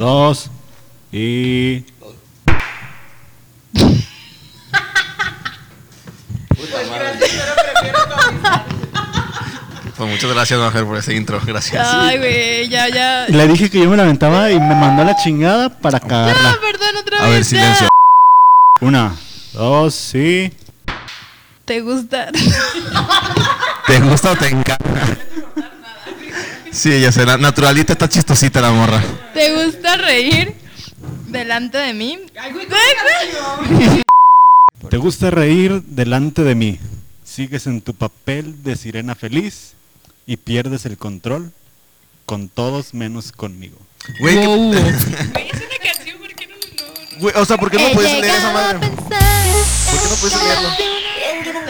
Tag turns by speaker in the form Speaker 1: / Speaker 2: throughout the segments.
Speaker 1: dos y.
Speaker 2: Pues muchas gracias, don Ángel, por ese intro. Gracias.
Speaker 3: Ay, güey, ya, ya.
Speaker 1: Le dije que yo me lamentaba y me mandó a la chingada para
Speaker 3: Ya,
Speaker 1: cagarla.
Speaker 3: perdón, otra
Speaker 2: A ver,
Speaker 3: vez. ya.
Speaker 2: silencio.
Speaker 1: Una, dos y.
Speaker 3: ¿Te gusta?
Speaker 2: ¿Te gusta o te encanta? Sí, ya será. Naturalita está chistosita la morra.
Speaker 3: ¿Te gusta reír delante de mí?
Speaker 1: ¿Te gusta reír delante de mí? ¿Sigues en tu papel de sirena feliz y pierdes el control? Con todos menos conmigo.
Speaker 2: Güey, ¿qué-
Speaker 4: Es una canción, ¿por qué no? no, no?
Speaker 2: güey, o sea, ¿por qué no puedes leer esa madre?
Speaker 5: ¿Por
Speaker 2: ¿Por qué no puedes leerlo?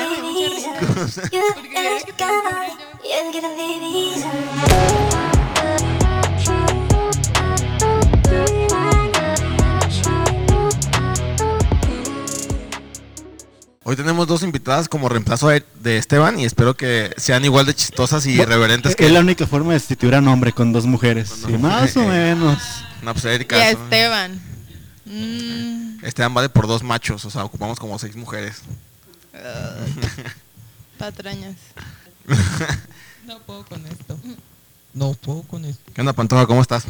Speaker 2: Hoy tenemos dos invitadas como reemplazo de de Esteban y espero que sean igual de chistosas y irreverentes que
Speaker 1: Es la única forma de destituir a un hombre con dos mujeres.
Speaker 2: Con
Speaker 1: Sí,
Speaker 2: dos
Speaker 1: más o
Speaker 2: mujeres.
Speaker 1: menos.
Speaker 2: No, pues Erika,
Speaker 3: Y a
Speaker 2: son-
Speaker 3: Esteban. Mm,
Speaker 2: Esteban va de por dos machos, o sea, ocupamos como seis mujeres.
Speaker 3: patrañas.
Speaker 4: No puedo con esto. No puedo con esto.
Speaker 2: ¿Qué onda, Pantoja? ¿Cómo estás?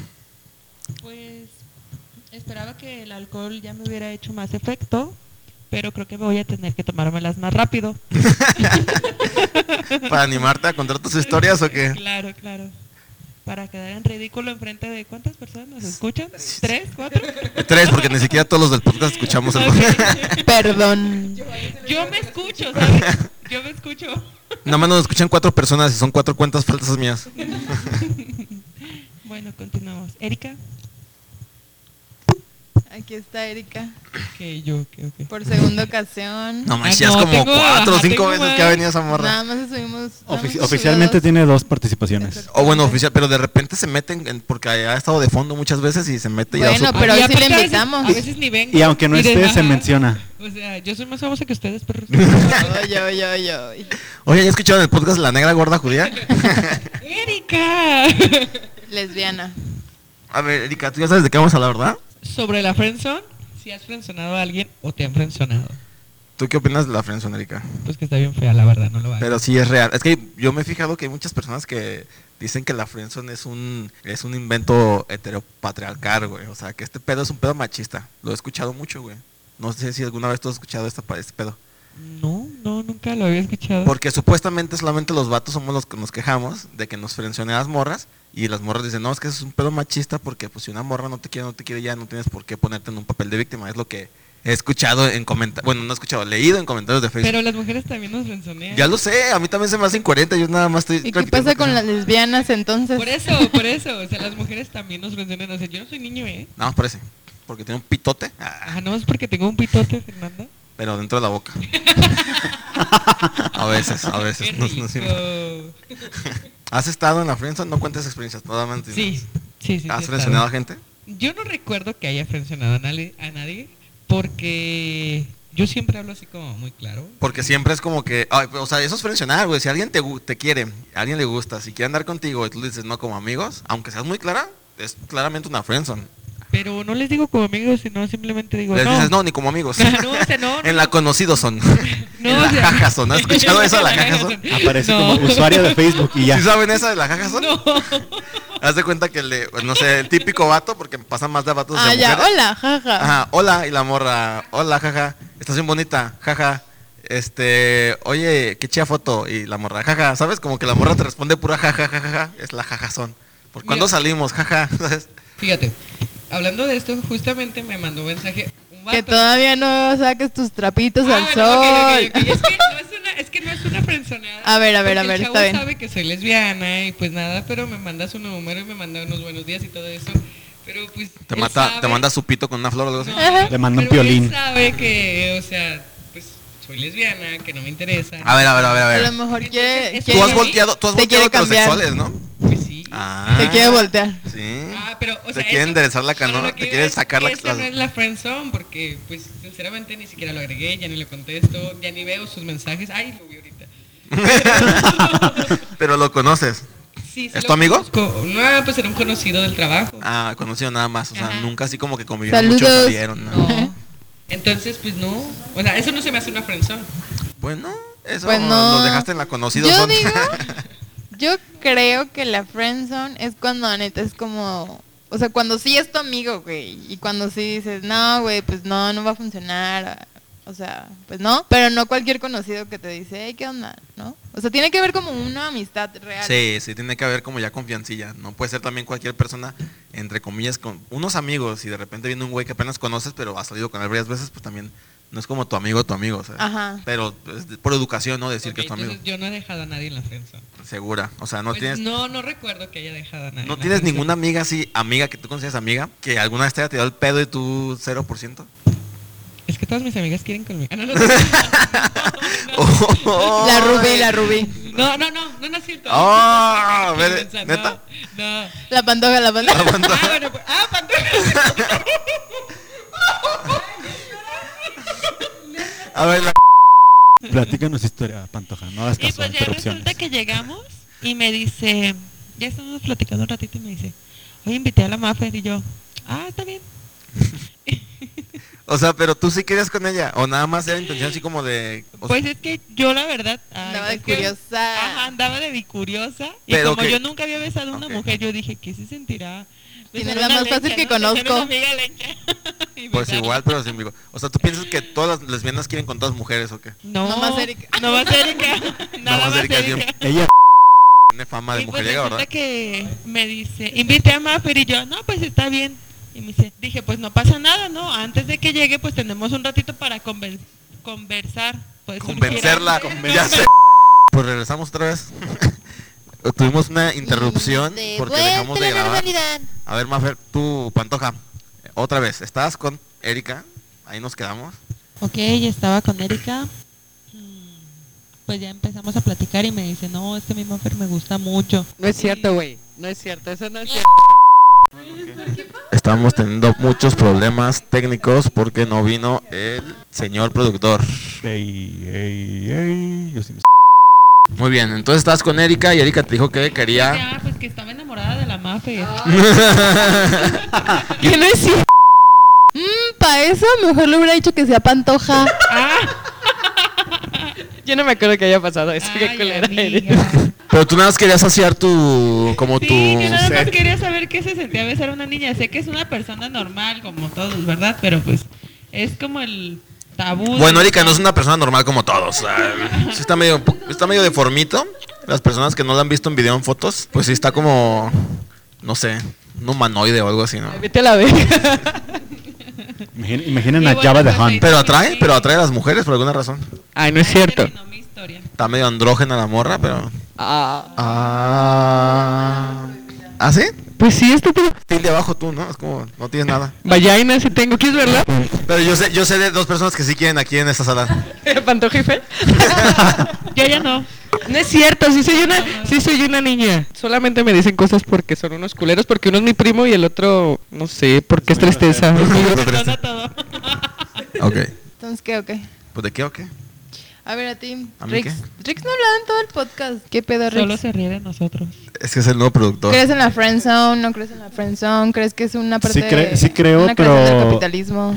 Speaker 4: Pues esperaba que el alcohol ya me hubiera hecho más efecto, pero creo que voy a tener que tomármelas más rápido.
Speaker 2: ¿Para animarte a contar tus historias o qué?
Speaker 4: Claro, claro. Para quedar en ridículo enfrente de cuántas personas nos escuchan? ¿Tres? ¿Cuatro?
Speaker 2: Tres, porque ni siquiera todos los del podcast escuchamos el
Speaker 4: Ok.
Speaker 3: Perdón.
Speaker 4: Yo me escucho, ¿sabes? Yo me escucho.
Speaker 2: Nada más nos escuchan cuatro personas y son cuatro cuentas falsas mías.
Speaker 4: Bueno, continuamos. Erika.
Speaker 3: Aquí está Erika.
Speaker 4: Que yo, que ok.
Speaker 3: Por segunda ocasión.
Speaker 2: No
Speaker 4: Ay,
Speaker 2: manches, ya es
Speaker 4: no,
Speaker 2: como
Speaker 4: tengo-
Speaker 2: cuatro o
Speaker 4: ajá,
Speaker 2: cinco
Speaker 4: tengo
Speaker 2: veces
Speaker 4: más.
Speaker 2: que ha venido esa morra.
Speaker 3: Nada más estuvimos. nada más
Speaker 1: Ofici-
Speaker 3: estuvimos
Speaker 1: oficialmente
Speaker 3: dos.
Speaker 1: tiene dos participaciones.
Speaker 2: O bueno, oficial, pero de repente se meten en- porque ha estado de fondo muchas veces y se mete y ya
Speaker 3: Bueno,
Speaker 2: supo.
Speaker 3: pero
Speaker 4: Ah, Y
Speaker 3: hoy sí
Speaker 4: aparte
Speaker 3: le
Speaker 4: a veces-
Speaker 3: invitamos.
Speaker 4: A veces ni vengo.
Speaker 1: Y aunque no
Speaker 4: de-
Speaker 1: esté, se
Speaker 4: ajá.
Speaker 1: menciona.
Speaker 4: O sea, yo soy más famosa que ustedes, perros.
Speaker 3: Oy, oy, oy, oy.
Speaker 2: Oye, ¿ya escucharon el podcast La Negra Gorda Judía?
Speaker 4: ¡Erika!
Speaker 3: Lesbiana.
Speaker 2: a ver, Erika, tú ya sabes de qué vamos a hablar, ¿verdad?
Speaker 4: Sobre la friendzone, si has frenzonado a alguien o te han frenzonado.
Speaker 2: ¿Tú qué opinas de la friendzone, Erika?
Speaker 4: Pues que está bien fea, la verdad, no lo hagas.
Speaker 2: Pero sí es real. Es que yo me he fijado que hay muchas personas que dicen que la friendzone es un es un invento heteropatriarcal, güey. O sea, que este pedo es un pedo machista. Lo he escuchado mucho, güey. No sé si alguna vez tú has escuchado esta, pa- este pedo.
Speaker 4: No, no, nunca lo había
Speaker 3: Mm.
Speaker 4: escuchado.
Speaker 2: Porque supuestamente solamente los vatos somos los que nos quejamos de que nos frencionan las morras y las morras dicen, no, es que eso es un pedo machista porque pues si una morra no te quiere, no te quiere ya, no tienes por qué ponerte en un papel de víctima. Es lo que he escuchado en comentarios, bueno, no he escuchado, leído en comentarios de Facebook.
Speaker 4: Pero las mujeres también nos frenzonean.
Speaker 2: ya lo sé, a mí también se me hace incoherente, yo nada más estoy...
Speaker 3: ¿Y qué
Speaker 2: repitiendo
Speaker 3: pasa con
Speaker 2: que-
Speaker 3: las lesbianas entonces?
Speaker 4: Por eso, por eso. O sea, las mujeres también nos frenzonean. O sea, yo no soy niño, ¿eh?
Speaker 2: Nada más parece, porque tiene un pitote, ah,
Speaker 4: Ah, no, es porque tengo un pitote, Fernanda.
Speaker 2: pero dentro de la boca. a veces, a veces.
Speaker 4: Qué
Speaker 2: no- no siempre.
Speaker 4: rico.
Speaker 2: ¿Has estado en la friendzone? No cuentes experiencias, totalmente.
Speaker 4: Sí, sí, sí. sí,
Speaker 2: ¿Has
Speaker 4: he
Speaker 2: frencionado
Speaker 4: estado.
Speaker 2: a gente?
Speaker 4: Yo no recuerdo que haya frencionado a nadie, a nadie porque yo siempre hablo así como muy claro.
Speaker 2: Porque siempre es como que, ay, o sea, eso es frencionar, güey. Si alguien te, gu- te quiere, a alguien le gusta, si quiere andar contigo y tú le dices no como amigos, aunque seas muy clara, es claramente una friendzone.
Speaker 4: Pero no les digo como amigos, sino simplemente digo
Speaker 2: Les
Speaker 4: Pues no.
Speaker 2: dices no, ni como amigos.
Speaker 4: No, o sea, no,
Speaker 2: en
Speaker 4: no.
Speaker 2: la conocidos son.
Speaker 4: No,
Speaker 2: en
Speaker 4: o
Speaker 2: la
Speaker 4: sea-
Speaker 2: jajazón. ¿Has escuchado eso de la jajazón?
Speaker 1: Aparece
Speaker 4: No.
Speaker 1: como usuario de Facebook y ya.
Speaker 2: ¿Sí saben esa de la jajazón?
Speaker 4: No.
Speaker 2: Haz de cuenta que el de, pues, no sé, el típico vato, porque pasan más de vatos de
Speaker 3: Ah, ya.
Speaker 2: mujeres.
Speaker 3: Hola, jaja.
Speaker 2: Ajá, hola, y la morra, hola, jaja, estás bien bonita, jaja. Este, oye, qué chida foto, y la morra, jaja, ¿sabes? Como que la morra te responde pura jaja, jaja, jaja, es la jajazón. ¿Por cuándo
Speaker 4: Mira.
Speaker 2: salimos, jaja? ¿Sabes?
Speaker 4: Fíjate, hablando de esto, justamente me mandó un mensaje un vato.
Speaker 3: Que todavía no saques tus trapitos
Speaker 4: Ah,
Speaker 3: al
Speaker 4: bueno, ok,
Speaker 3: sol.
Speaker 4: ok, ok. Es que no es una, es que no es una frenzoneada.
Speaker 3: A ver, a ver, a
Speaker 4: porque
Speaker 3: ver,
Speaker 4: el
Speaker 3: está
Speaker 4: chavo
Speaker 3: bien.
Speaker 4: sabe que soy lesbiana y pues nada, pero me manda su número y me manda unos buenos días y todo eso. Pero pues.
Speaker 2: Te,
Speaker 4: él
Speaker 2: mata, te
Speaker 4: sabe-
Speaker 2: manda su pito con una flor o algo así.
Speaker 3: Ajá.
Speaker 1: Le manda un
Speaker 4: pero él
Speaker 1: piolín.
Speaker 4: sabe que, o sea, pues soy lesbiana, que no me interesa.
Speaker 2: A ver, a ver, a ver, a
Speaker 3: A lo
Speaker 2: ver.
Speaker 3: mejor quiere.
Speaker 4: Entonces,
Speaker 3: quiere-
Speaker 2: Tú has volteado, tú has
Speaker 3: te
Speaker 2: volteado
Speaker 3: quiere cambiar.
Speaker 2: heterosexuales, ¿no?
Speaker 4: Pues sí.
Speaker 2: Ah.
Speaker 3: Te quiere voltear.
Speaker 2: Sí.
Speaker 4: Ah, pero, o
Speaker 2: te
Speaker 4: sea,
Speaker 2: quiere
Speaker 4: eso-
Speaker 2: enderezar la
Speaker 4: solo lo
Speaker 2: canona, te
Speaker 4: que iba a
Speaker 2: quiere
Speaker 4: decir
Speaker 2: sacar la,
Speaker 4: es que
Speaker 2: la-
Speaker 4: Esa no es la friendzone, porque, pues, sinceramente ni siquiera lo agregué, ya ni le contesto, ya ni veo sus mensajes. Ay, lo vi ahorita.
Speaker 2: Pero lo conoces.
Speaker 4: Sí, sí
Speaker 2: ¿Es
Speaker 4: lo
Speaker 2: tu amigo?
Speaker 4: conozco. No, pues era un conocido del trabajo.
Speaker 2: Ah, conocido nada más, o sea,
Speaker 4: Ajá.
Speaker 2: nunca así como que convivieron mucho,
Speaker 3: Saludos.
Speaker 2: salieron, ¿no?
Speaker 4: No. Entonces, pues no. O sea, eso no se me hace una friendzone.
Speaker 2: Bueno, eso
Speaker 3: Pues no.
Speaker 2: lo dejaste en la conocido
Speaker 3: Yo
Speaker 2: son.
Speaker 3: digo- Yo creo que la friendzone es cuando neta es como... O sea, cuando sí es tu amigo, güey. Y cuando sí dices, no, güey, pues no, no va a funcionar. O sea, pues no. Pero no cualquier conocido que te dice, hey, ¿qué onda? ¿No? O sea, tiene que ver como una amistad real.
Speaker 2: Sí, sí, tiene que haber como ya confiancilla. No puede ser también cualquier persona, entre comillas, con unos amigos y de repente viene un güey que apenas conoces, pero has salido con él varias veces, pues también no es como tu amigo, tu amigo, o sea.
Speaker 3: Ajá.
Speaker 2: Pero pues, por educación, ¿no? Decir
Speaker 4: Ok,
Speaker 2: que es tu amigo.
Speaker 4: entonces yo no he dejado a nadie en la friendzone.
Speaker 2: Segura. O sea, no
Speaker 4: Pues,
Speaker 2: tienes, no,
Speaker 4: no, no recuerdo que haya dejado a nadie. en la
Speaker 2: tienes
Speaker 4: friendzone.
Speaker 2: ninguna amiga así, amiga que tú consideres amiga, que alguna vez te haya tirado el pedo y tú 0%.
Speaker 4: Es que todas mis amigas quieren conmigo. Ah, no, no, no, no, no,
Speaker 2: Oh.
Speaker 3: La
Speaker 2: eh.
Speaker 3: Rubí, la Rubí.
Speaker 4: no, no, no, no, no es cierto.
Speaker 2: Ah,
Speaker 4: No,
Speaker 2: a ver,
Speaker 4: no,
Speaker 2: ¿neta?
Speaker 4: No. no.
Speaker 3: La pantoja, la pantoja.
Speaker 4: Ah, bueno, pues- ah, Pandora.
Speaker 2: A ver, la-
Speaker 1: Platícanos historia, Pantoja. No hagas
Speaker 6: Y
Speaker 1: caso a
Speaker 6: pues ya resulta
Speaker 1: interrupciones.
Speaker 6: que llegamos y me dice, ya estamos platicando un ratito y me dice, oye, invité a la Mafer y yo, ah, está bien.
Speaker 2: o sea, pero tú sí querías con ella, o nada más era intención así como de... o
Speaker 6: Pues es que yo la verdad... ay,
Speaker 3: Andaba de
Speaker 6: es que-
Speaker 3: curiosa.
Speaker 6: Ajá, andaba de bicuriosa. Y
Speaker 2: Pero
Speaker 6: como
Speaker 2: que-
Speaker 6: yo nunca había besado a una
Speaker 2: Ok.
Speaker 6: mujer, yo dije, ¿qué se sentirá?
Speaker 3: ¿Quién
Speaker 6: Besar
Speaker 3: es la
Speaker 6: una
Speaker 3: más fácil que
Speaker 6: Besar una
Speaker 3: conozco?
Speaker 6: amiga lecha. Y
Speaker 2: Pues
Speaker 6: besarla.
Speaker 2: igual, pero sin bigo- O sea, ¿tú piensas que todas las lesbianas quieren con todas mujeres o qué?
Speaker 6: No,
Speaker 3: No más Erika.
Speaker 6: No más Erika. Nada
Speaker 2: más
Speaker 6: más
Speaker 2: Erika,
Speaker 6: Erika.
Speaker 2: sí.
Speaker 1: Ella
Speaker 2: Tiene fama de
Speaker 6: Y pues
Speaker 2: mujeriega,
Speaker 6: resulta
Speaker 2: ¿verdad?
Speaker 6: que me dice, invité a Maffer y yo, no, pues está bien. Y me dice, dije, pues no pasa nada, ¿no? Antes de que llegue, pues tenemos un ratito para conven- conversar. Pues, surgir
Speaker 2: Convencerla.
Speaker 6: algo".
Speaker 2: Ya sé. Pues regresamos otra vez. Tuvimos una interrupción
Speaker 3: De
Speaker 2: porque dejamos
Speaker 3: vuelta
Speaker 2: de
Speaker 3: a la
Speaker 2: grabar.
Speaker 3: normalidad.
Speaker 2: A ver, Mafer, tú, Pantoja, otra vez. Estabas con Erika, ahí nos quedamos.
Speaker 6: Ok, y estaba con Erika. Mm, Pues ya empezamos a platicar y me dice, no, es que mi Maffer me gusta mucho.
Speaker 7: No es cierto, güey. No es cierto, eso no es cierto.
Speaker 2: Estamos teniendo muchos problemas técnicos porque no vino el señor productor.
Speaker 1: Ey, ey, ey, yo sí me-
Speaker 2: Muy bien, entonces estabas con Erika y Erika te dijo que quería.
Speaker 4: Ah, pues que estaba enamorada de la Mafe.
Speaker 7: Ah,
Speaker 3: ¿Qué no es cierto? Mmm, para eso mejor le hubiera dicho que sea pantoja.
Speaker 7: Yo no me acuerdo que haya pasado eso. qué
Speaker 4: Ay,
Speaker 7: culera
Speaker 4: amiga.
Speaker 7: eres.
Speaker 2: Pero tú nada más querías saciar tu. como tu.
Speaker 4: Sí, yo nada más
Speaker 2: sed.
Speaker 4: quería saber qué se sentía besar a una niña. Sé que es una persona normal, como todos, ¿verdad? Pero pues es como el tabú. de-
Speaker 2: Bueno, Erika no es una persona normal como todos. ah, Sí está medio, está medio deformito. Las personas que no la han visto en video en fotos, pues sí está como, no sé, un humanoide o algo así, ¿no?
Speaker 7: Ay, Vete a la verga.
Speaker 1: Imaginen, imaginen
Speaker 4: Y
Speaker 1: a
Speaker 4: bueno,
Speaker 1: Java de
Speaker 4: pues,
Speaker 1: Hunt.
Speaker 2: Pero atrae, pero atrae a las mujeres por alguna razón.
Speaker 7: Ay, no es
Speaker 4: Ahí
Speaker 7: cierto.
Speaker 4: terminó mi historia.
Speaker 2: Está medio andrógena la morra, pero.
Speaker 7: Ah,
Speaker 2: Ah. ¿Ah, sí?
Speaker 7: pues sí, esto tengo
Speaker 2: Sí, de abajo tú, ¿no? Es como, no tienes nada.
Speaker 7: vagina, si tengo. ¿Quieres verla?
Speaker 2: Pero yo sé, yo sé de dos personas que sí quieren aquí en esta sala.
Speaker 7: Pantoja y Fer.
Speaker 4: Yo ya no.
Speaker 7: No es cierto, sí soy una, sí soy una niña. Solamente me dicen cosas porque son unos culeros, porque uno es mi primo y el otro, no sé, porque es
Speaker 1: muy
Speaker 7: tristeza.
Speaker 4: Todo, todo.
Speaker 2: ok.
Speaker 3: Entonces, ¿qué? ¿O qué?
Speaker 2: ¿Pues de qué o qué?
Speaker 3: A ver, a ti.
Speaker 2: ¿A mí
Speaker 3: Rix. Rix no hablaba en todo el podcast. ¿Qué pedo, Rix?
Speaker 4: Solo se ríe de nosotros.
Speaker 2: Es que es el nuevo productor.
Speaker 3: ¿Crees en la friend zone? ¿No crees en la friend zone? ¿Crees que es una parte
Speaker 1: Sí cre-
Speaker 3: de-
Speaker 1: sí creo,
Speaker 3: una creación
Speaker 1: pero-
Speaker 3: del capitalismo?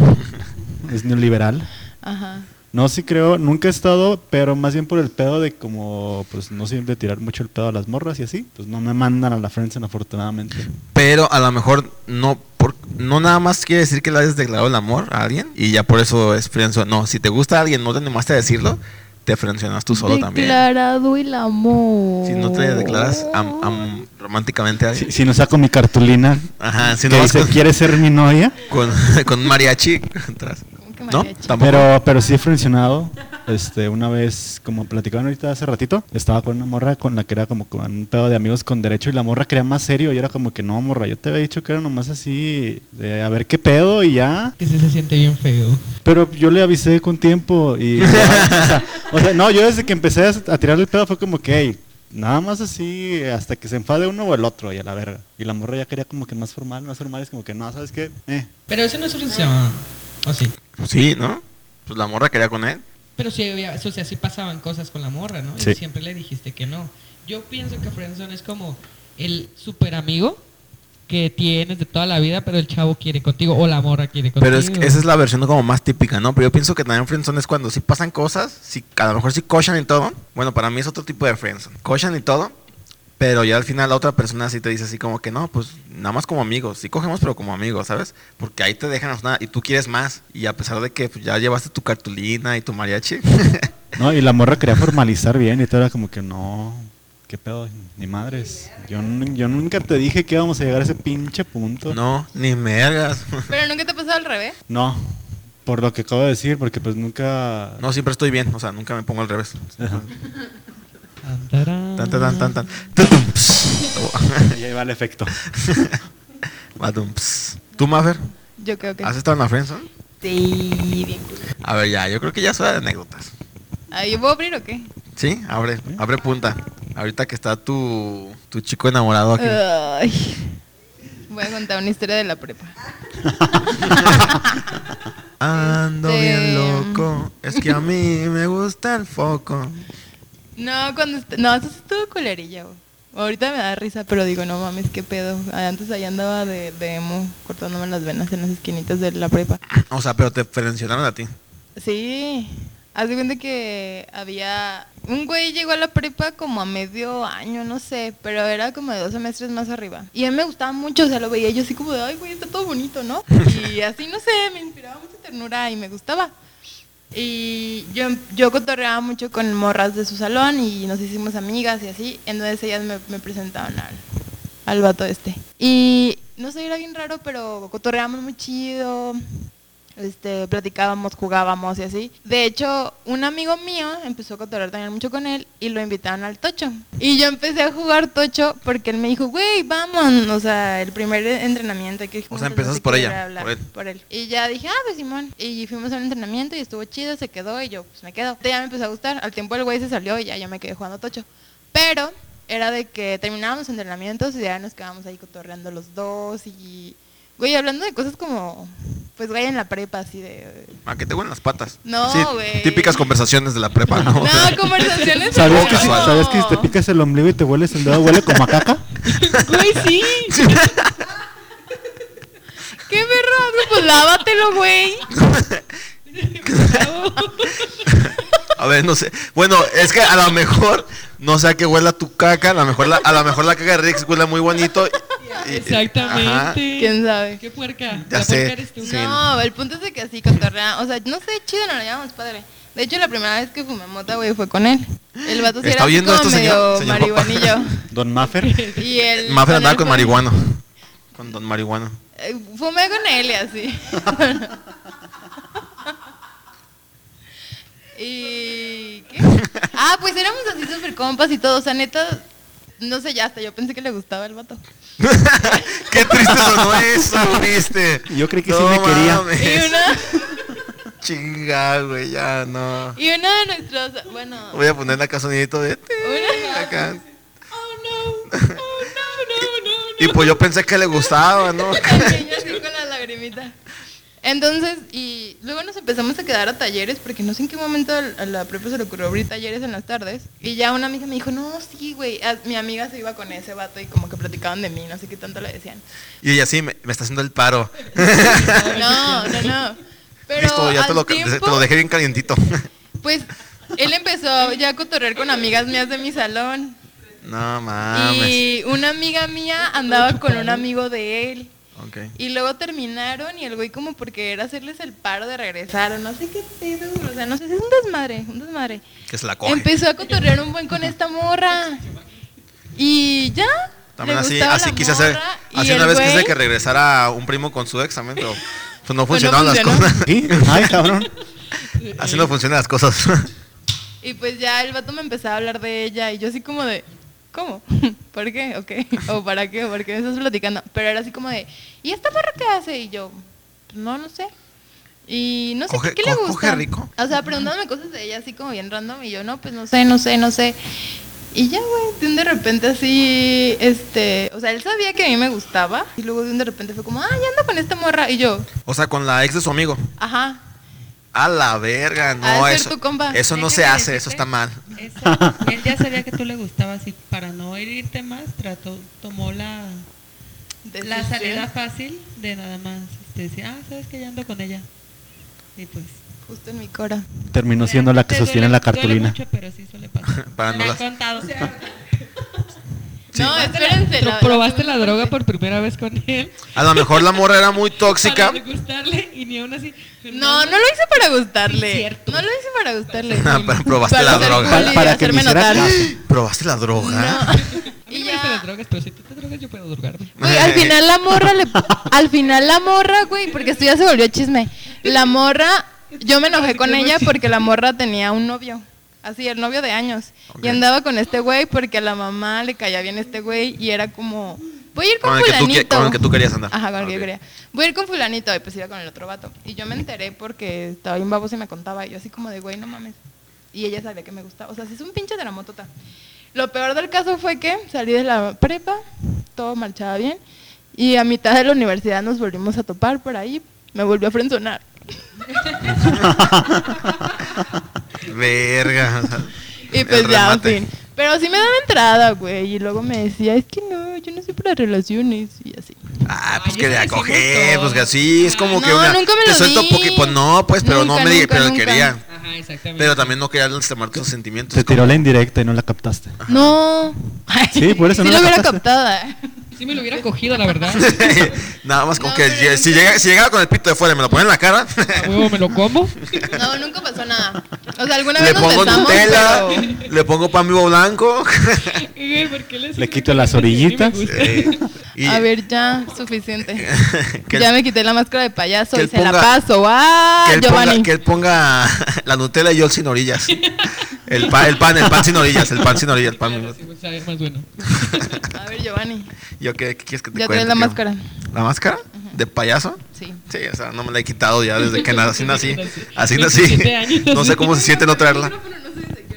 Speaker 1: Es neoliberal.
Speaker 3: Ajá.
Speaker 1: No, sí creo, nunca he estado, pero más bien por el pedo de como, pues no siempre tirar mucho el pedo a las morras y así, pues no me mandan a la friendzone afortunadamente.
Speaker 2: Pero a lo mejor no por, no nada más quiere decir que le hayas declarado el amor a alguien y ya por eso es friendzone. No, si te gusta a alguien, no te animaste a decirlo, te friendzoneas tú solo también.
Speaker 3: Declarado el amor.
Speaker 2: Si no te declaras am- am- románticamente a alguien.
Speaker 1: Si, si no saco mi cartulina,
Speaker 2: Ajá, si
Speaker 1: que
Speaker 2: no vas
Speaker 1: dice,
Speaker 2: con,
Speaker 1: ¿quieres ser mi novia?
Speaker 2: con, con un mariachi atrás.
Speaker 3: ¿Cómo que
Speaker 2: ¿No?
Speaker 3: mariachi?
Speaker 2: Tampoco.
Speaker 1: Pero, pero sí he frencionado. Este, una vez, como platicaban ahorita hace ratito, estaba con una morra con la que era como con un pedo de amigos con derecho y la morra quería más serio y era como que no, morra, yo te había dicho que era nomás así, de a ver qué pedo y ya.
Speaker 4: Que se, se siente bien feo.
Speaker 1: Pero yo le avisé con tiempo y... o, sea, o sea, no, yo desde que empecé a, a tirarle el pedo fue como que, "Ey, nada más así, hasta que se enfade uno o el otro y a la verga. Y la morra ya quería como que más formal, más formal, es como que no, ¿sabes qué? Eh,
Speaker 4: Pero eso no es solución. ¿O sí?
Speaker 2: Sí, ¿no? Pues la morra quería con él.
Speaker 4: Pero sí, había- o sea, sí pasaban cosas con la morra, ¿no?
Speaker 1: Sí.
Speaker 4: Y siempre le dijiste que no. Yo pienso que friendzone es como el super amigo que tienes de toda la vida, pero el chavo quiere contigo o la morra quiere
Speaker 1: Pues
Speaker 2: Pero
Speaker 4: contigo.
Speaker 2: es que esa es la versión como más típica, ¿no? Pero yo pienso que también friendzone es cuando sí pasan cosas, sí, a lo mejor sí cochan y todo. Bueno, para mí es otro tipo de friendzone. Cochan y todo, pero ya al final la otra persona sí te dice así como que no, pues nada más como amigos. Sí cogemos, pero como amigos, ¿sabes? Porque ahí te dejan a nada y tú quieres más. Y a pesar de que pues, ya llevaste tu cartulina y tu mariachi.
Speaker 1: No, y la morra quería formalizar bien y todo era como que no, qué pedo, ni madres. Yo, nu- yo nunca te dije que íbamos a llegar a ese pinche punto.
Speaker 2: no, ni mergas.
Speaker 3: Pero nunca te ha pasado al revés.
Speaker 1: No, por lo que acabo de decir, porque pues nunca...
Speaker 2: No, siempre estoy bien, o sea, nunca me pongo al revés.
Speaker 1: Ajá.
Speaker 4: Tan, tarán.
Speaker 2: Tan, tan, tan, tan, tan. Tum, tum, ps.
Speaker 1: y ahí va el efecto.
Speaker 2: Va, tum, ps. ¿Tú, Maffer?
Speaker 3: Yo creo que
Speaker 2: ¿Has estado en la friendzone?
Speaker 3: sí. bien cool.
Speaker 2: A ver, ya, yo creo que ya es hora de anécdotas.
Speaker 3: Ah, ¿Yo puedo abrir o qué?
Speaker 2: Sí, abre, abre punta. Ahorita que está tu, tu chico enamorado aquí.
Speaker 3: Eh, Ay. Voy a contar una historia de la prepa.
Speaker 2: Ando
Speaker 3: este-
Speaker 2: bien loco, es que a mí me gusta el foco.
Speaker 3: No, cuando... est- No, eso estuvo culerilla, güey. Ahorita me da risa, pero digo, no mames, qué pedo. Antes allá andaba de, de emo, cortándome las venas en las esquinitas de la prepa.
Speaker 2: O sea, pero te presionaron a ti.
Speaker 3: Sí. Haz de cuenta que había... Un güey llegó a la prepa como a medio año, no sé, pero era como de dos semestres más arriba. Y a mí me gustaba mucho, o sea, lo veía yo así como de, ay, güey, está todo bonito, ¿no? Y así, no sé, me inspiraba mucha ternura y me gustaba. Y yo, yo cotorreaba mucho con morras de su salón y nos hicimos amigas y así. Entonces ellas me, me presentaban al, al vato este. Y no sé, era bien raro, pero cotorreamos muy chido. Este, platicábamos, jugábamos y así. De hecho, un amigo mío empezó a cotorrear también mucho con él y lo invitaron al tocho. Y yo empecé a jugar tocho porque él me dijo, güey, vamos. O sea, el primer entrenamiento que
Speaker 2: O sea,
Speaker 3: juntos, no
Speaker 2: empezaste
Speaker 3: sé
Speaker 2: por
Speaker 3: qué,
Speaker 2: ella,
Speaker 3: bla, bla,
Speaker 2: por él.
Speaker 3: por él. Y ya dije, ah, pues Simón. Y fuimos a un entrenamiento y estuvo chido, se quedó y yo, pues me quedo. Ya me empezó a gustar. Al tiempo el güey se salió y ya yo me quedé jugando tocho. Pero era de que terminábamos entrenamientos y ya nos quedábamos ahí cotorreando los dos y, güey, hablando de cosas como, pues, güey, en la prepa, así de...
Speaker 2: A que te huelen las patas.
Speaker 3: No,
Speaker 2: Sí,
Speaker 3: güey.
Speaker 2: típicas conversaciones de la prepa, ¿no?
Speaker 3: No, conversaciones...
Speaker 1: ¿Sabías
Speaker 3: como-
Speaker 1: que, si, ¿Sabías que si te picas el ombligo y te hueles el dedo, huele como a caca?
Speaker 4: Güey, sí.
Speaker 3: ¡Qué verga! Pues lávatelo, güey.
Speaker 2: A ver, no sé. Bueno, es que a lo mejor, no sé a qué huela tu caca, a lo mejor la, a lo mejor la caca de Rix huele muy bonito. y- y- ajá.
Speaker 4: Exactamente.
Speaker 3: ¿Quién sabe?
Speaker 4: ¿Qué puerca?
Speaker 2: Ya
Speaker 4: la
Speaker 2: sé,
Speaker 4: puerca eres tú.
Speaker 2: sí.
Speaker 3: No, el punto es de que así cotorrea. O sea, no sé, chido, nos lo llevamos padre. De hecho, la primera vez que fumé mota, güey, fue con él. El vato sí
Speaker 2: ¿Está
Speaker 3: era así
Speaker 2: oyendo
Speaker 3: como
Speaker 2: esto, señor-
Speaker 3: medio
Speaker 2: señor papá?
Speaker 3: marihuanillo.
Speaker 1: Don Maffer.
Speaker 3: Y él.
Speaker 2: Más
Speaker 3: con
Speaker 2: andaba
Speaker 3: él
Speaker 2: con
Speaker 3: fue-
Speaker 2: marihuano. Con don marihuano.
Speaker 3: Eh, Fumé con él y así. y. ¿Qué? Ah, pues éramos así súper compas y todo. O sea, neta. No sé, ya hasta yo pensé que le gustaba el vato.
Speaker 2: Qué triste sonó eso, viste.
Speaker 1: Yo creí que sí me quería.
Speaker 3: Y
Speaker 2: mames.
Speaker 3: una,
Speaker 2: Chinga, güey, ya no.
Speaker 3: y una de nuestros. Bueno,
Speaker 2: Voy a poner acá sonidito de
Speaker 3: una.
Speaker 2: acá.
Speaker 4: Oh, no. Oh, no, no, no, no.
Speaker 2: Y pues yo pensé que le gustaba, ¿no?
Speaker 3: También yo así con la lagrimita. Entonces, y luego nos empezamos a quedar a talleres, porque no sé en qué momento al- a la prepa se le ocurrió abrir talleres en las tardes. Y ya una amiga me dijo, no, sí, güey. Ah, Mi amiga se iba con ese vato y como que platicaban de mí, no sé qué tanto le decían.
Speaker 2: Y ella sí, me, me está haciendo el paro.
Speaker 3: No, no, no. Pero
Speaker 2: Listo, ya te
Speaker 3: al
Speaker 2: lo, ca-
Speaker 3: tiempo,
Speaker 2: te lo dejé bien calientito.
Speaker 3: pues, él empezó ya a cotorrear con amigas mías de mi salón.
Speaker 2: No mames.
Speaker 3: Y una amiga mía andaba con un amigo de él.
Speaker 2: Ok.
Speaker 3: Y luego terminaron y el güey como porque era hacerles el paro de regresar o no sé qué pedo, o sea, no sé, es un desmadre, un desmadre.
Speaker 2: Que se la coge.
Speaker 3: Empezó a cotorrear un buen con esta morra. Y ya.
Speaker 2: También
Speaker 3: le
Speaker 2: así,
Speaker 3: gustaba
Speaker 2: así
Speaker 3: la
Speaker 2: quise hacer.
Speaker 3: morra, y
Speaker 2: Así
Speaker 3: el
Speaker 2: una vez quise
Speaker 3: güey-
Speaker 2: que regresara un primo con su ex también, pero pues, no funcionaban las
Speaker 3: funcionó.
Speaker 2: cosas.
Speaker 1: ¿Sí? Ay, cabrón.
Speaker 2: Así no funcionan las cosas.
Speaker 3: Y pues ya el vato me empezaba a hablar de ella y yo así como de, ¿cómo? ¿Por qué? ¿O qué? ¿O para qué? ¿O por qué me estás platicando? Pero era así como de, ¿y esta morra qué hace? Y yo, pues, no, no sé. Y no sé,
Speaker 2: Coge-
Speaker 3: ¿qué, qué le
Speaker 2: co-
Speaker 3: gusta?
Speaker 2: coge rico.
Speaker 3: O sea, preguntándome cosas de ella así como bien random y yo, no, pues no sé, no sé, no sé. Y ya, güey, de un de repente así, este, o sea, él sabía que a mí me gustaba y luego de un de repente fue como, ah, ya ando con esta morra. Y yo,
Speaker 2: O sea, con la ex de su amigo.
Speaker 3: Ajá.
Speaker 2: A la verga,
Speaker 3: Ha de
Speaker 2: no,
Speaker 3: ser
Speaker 2: eso,
Speaker 3: tu compa.
Speaker 2: eso no
Speaker 6: Déjame
Speaker 2: se hace,
Speaker 6: decirte.
Speaker 2: eso está mal.
Speaker 6: Esa- él ya sabía que tú le gustabas y para no herirte más, trató, tomó la, la
Speaker 3: Decisión.
Speaker 6: salida fácil de nada más este, decir, ah, sabes que ya ando con ella. Y pues.
Speaker 3: Justo en mi cora.
Speaker 1: Terminó siendo la que
Speaker 6: realmente
Speaker 1: sostiene
Speaker 6: duele-
Speaker 1: la
Speaker 6: duele
Speaker 1: cartulina.
Speaker 6: mucho, pero sí suele pasar.
Speaker 2: Para
Speaker 6: Me
Speaker 2: no
Speaker 6: han
Speaker 2: las-
Speaker 6: contado.
Speaker 3: No, espérense. la-
Speaker 4: ¿Probaste la droga por primera vez con él?
Speaker 2: A lo mejor la morra era muy tóxica.
Speaker 4: Para gustarle y ni aún así.
Speaker 3: No, no lo hice para gustarle.
Speaker 4: Es cierto.
Speaker 3: No lo hice para gustarle.
Speaker 2: No, Ah, pero probaste
Speaker 3: Para
Speaker 2: la
Speaker 3: hacer
Speaker 2: droga.
Speaker 3: bullying
Speaker 1: Pa-
Speaker 3: y
Speaker 1: para que me
Speaker 3: hacerme
Speaker 1: hiciera
Speaker 3: notar.
Speaker 1: caso.
Speaker 2: ¿Probaste la droga?
Speaker 4: A mí
Speaker 3: Y
Speaker 4: no me gustan
Speaker 3: ya.
Speaker 4: las drogas, pero si tú te drogas, yo puedo drogarme.
Speaker 3: Güey, al final la morra le al final la morra, güey, porque esto ya se volvió chisme. La morra, yo me enojé con ella porque la morra tenía un novio. Así, el novio de años. Y andaba con este güey porque a la mamá le caía bien este güey y era como, voy a ir con,
Speaker 2: Con el que tú
Speaker 3: fulanito.
Speaker 2: qui- con el que tú querías andar. Ah,
Speaker 3: Ajá, con el que yo
Speaker 2: Ok.
Speaker 3: quería. Voy a ir con fulanito y pues iba con el otro vato. Y yo me enteré porque estaba bien baboso y me contaba. Y yo así como de, güey, no mames. Y ella sabía que me gustaba. O sea, sí es un pinche de la motota. Lo peor del caso fue que salí de la prepa, todo marchaba bien, y a mitad de la universidad nos volvimos a topar por ahí, me volvió a frenzonar.
Speaker 2: Verga. o sea,
Speaker 3: Y
Speaker 2: el
Speaker 3: pues ya, en
Speaker 2: remate.
Speaker 3: fin. Pero sí me daba entrada, güey, y luego me decía, es que no, yo no soy para relaciones, y así.
Speaker 2: Ah, pues
Speaker 4: Ay,
Speaker 2: que
Speaker 4: eso
Speaker 2: de
Speaker 4: lo
Speaker 2: acoger,
Speaker 4: hicimos
Speaker 2: pues que
Speaker 4: todos.
Speaker 2: así es como que
Speaker 3: No,
Speaker 2: una.
Speaker 3: nunca me
Speaker 2: te
Speaker 3: lo
Speaker 2: suelto
Speaker 3: di.
Speaker 2: poqui- Pues no, pues, pero no
Speaker 3: Nunca,
Speaker 2: me di-
Speaker 3: nunca,
Speaker 2: pero
Speaker 3: nunca.
Speaker 2: quería.
Speaker 4: Ajá, exactamente.
Speaker 2: Pero también no quería lastimar tus sentimientos.
Speaker 1: Te tiró la indirecta y no la captaste.
Speaker 3: No.
Speaker 1: Sí, por eso
Speaker 3: sí
Speaker 1: no la
Speaker 3: lo hubiera
Speaker 1: captaste.
Speaker 3: captado. eh.
Speaker 4: Sí me lo hubiera cogido, la verdad.
Speaker 2: Nada más con
Speaker 3: No,
Speaker 2: que
Speaker 3: pero
Speaker 2: llegue-
Speaker 3: nunca.
Speaker 2: si, llega, si llegaba con el pito de fuera y me lo ponía en la cara,
Speaker 4: A huevo, me lo como.
Speaker 3: No, nunca pasó nada. O sea, alguna vez
Speaker 2: le
Speaker 3: nos
Speaker 2: pongo
Speaker 3: besamos,
Speaker 2: Nutella,
Speaker 3: pero-
Speaker 2: le pongo pan vivo blanco.
Speaker 4: Güey, ¿por qué
Speaker 1: Le quito las orillitas.
Speaker 4: Sí me gusta.
Speaker 2: Eh, y-
Speaker 3: A ver, ya, suficiente.
Speaker 2: que,
Speaker 3: ya
Speaker 2: él,
Speaker 3: me quité la máscara de payaso
Speaker 2: que
Speaker 3: y
Speaker 2: él
Speaker 3: se la
Speaker 2: ponga-
Speaker 3: paso. ¡Ah,
Speaker 2: que él
Speaker 3: Giovanni!
Speaker 2: ponga, que él ponga la Nutella y yo el sin orillas. El, pa- el pan, el pan sin orillas, el pan sin orillas, el pan.
Speaker 4: Sí, pues, sabe más bueno.
Speaker 3: A ver, Giovanni.
Speaker 2: Yo qué, qué quieres que te
Speaker 3: Ya
Speaker 2: cuente?
Speaker 3: traes la
Speaker 2: ¿Qué?
Speaker 3: máscara.
Speaker 2: ¿La máscara? ¿De payaso?
Speaker 3: Sí.
Speaker 2: Sí, o sea, no me la he quitado ya desde que nací, nací. Así
Speaker 4: 27
Speaker 2: nací.
Speaker 4: años.
Speaker 2: No sé cómo se siente no traerla.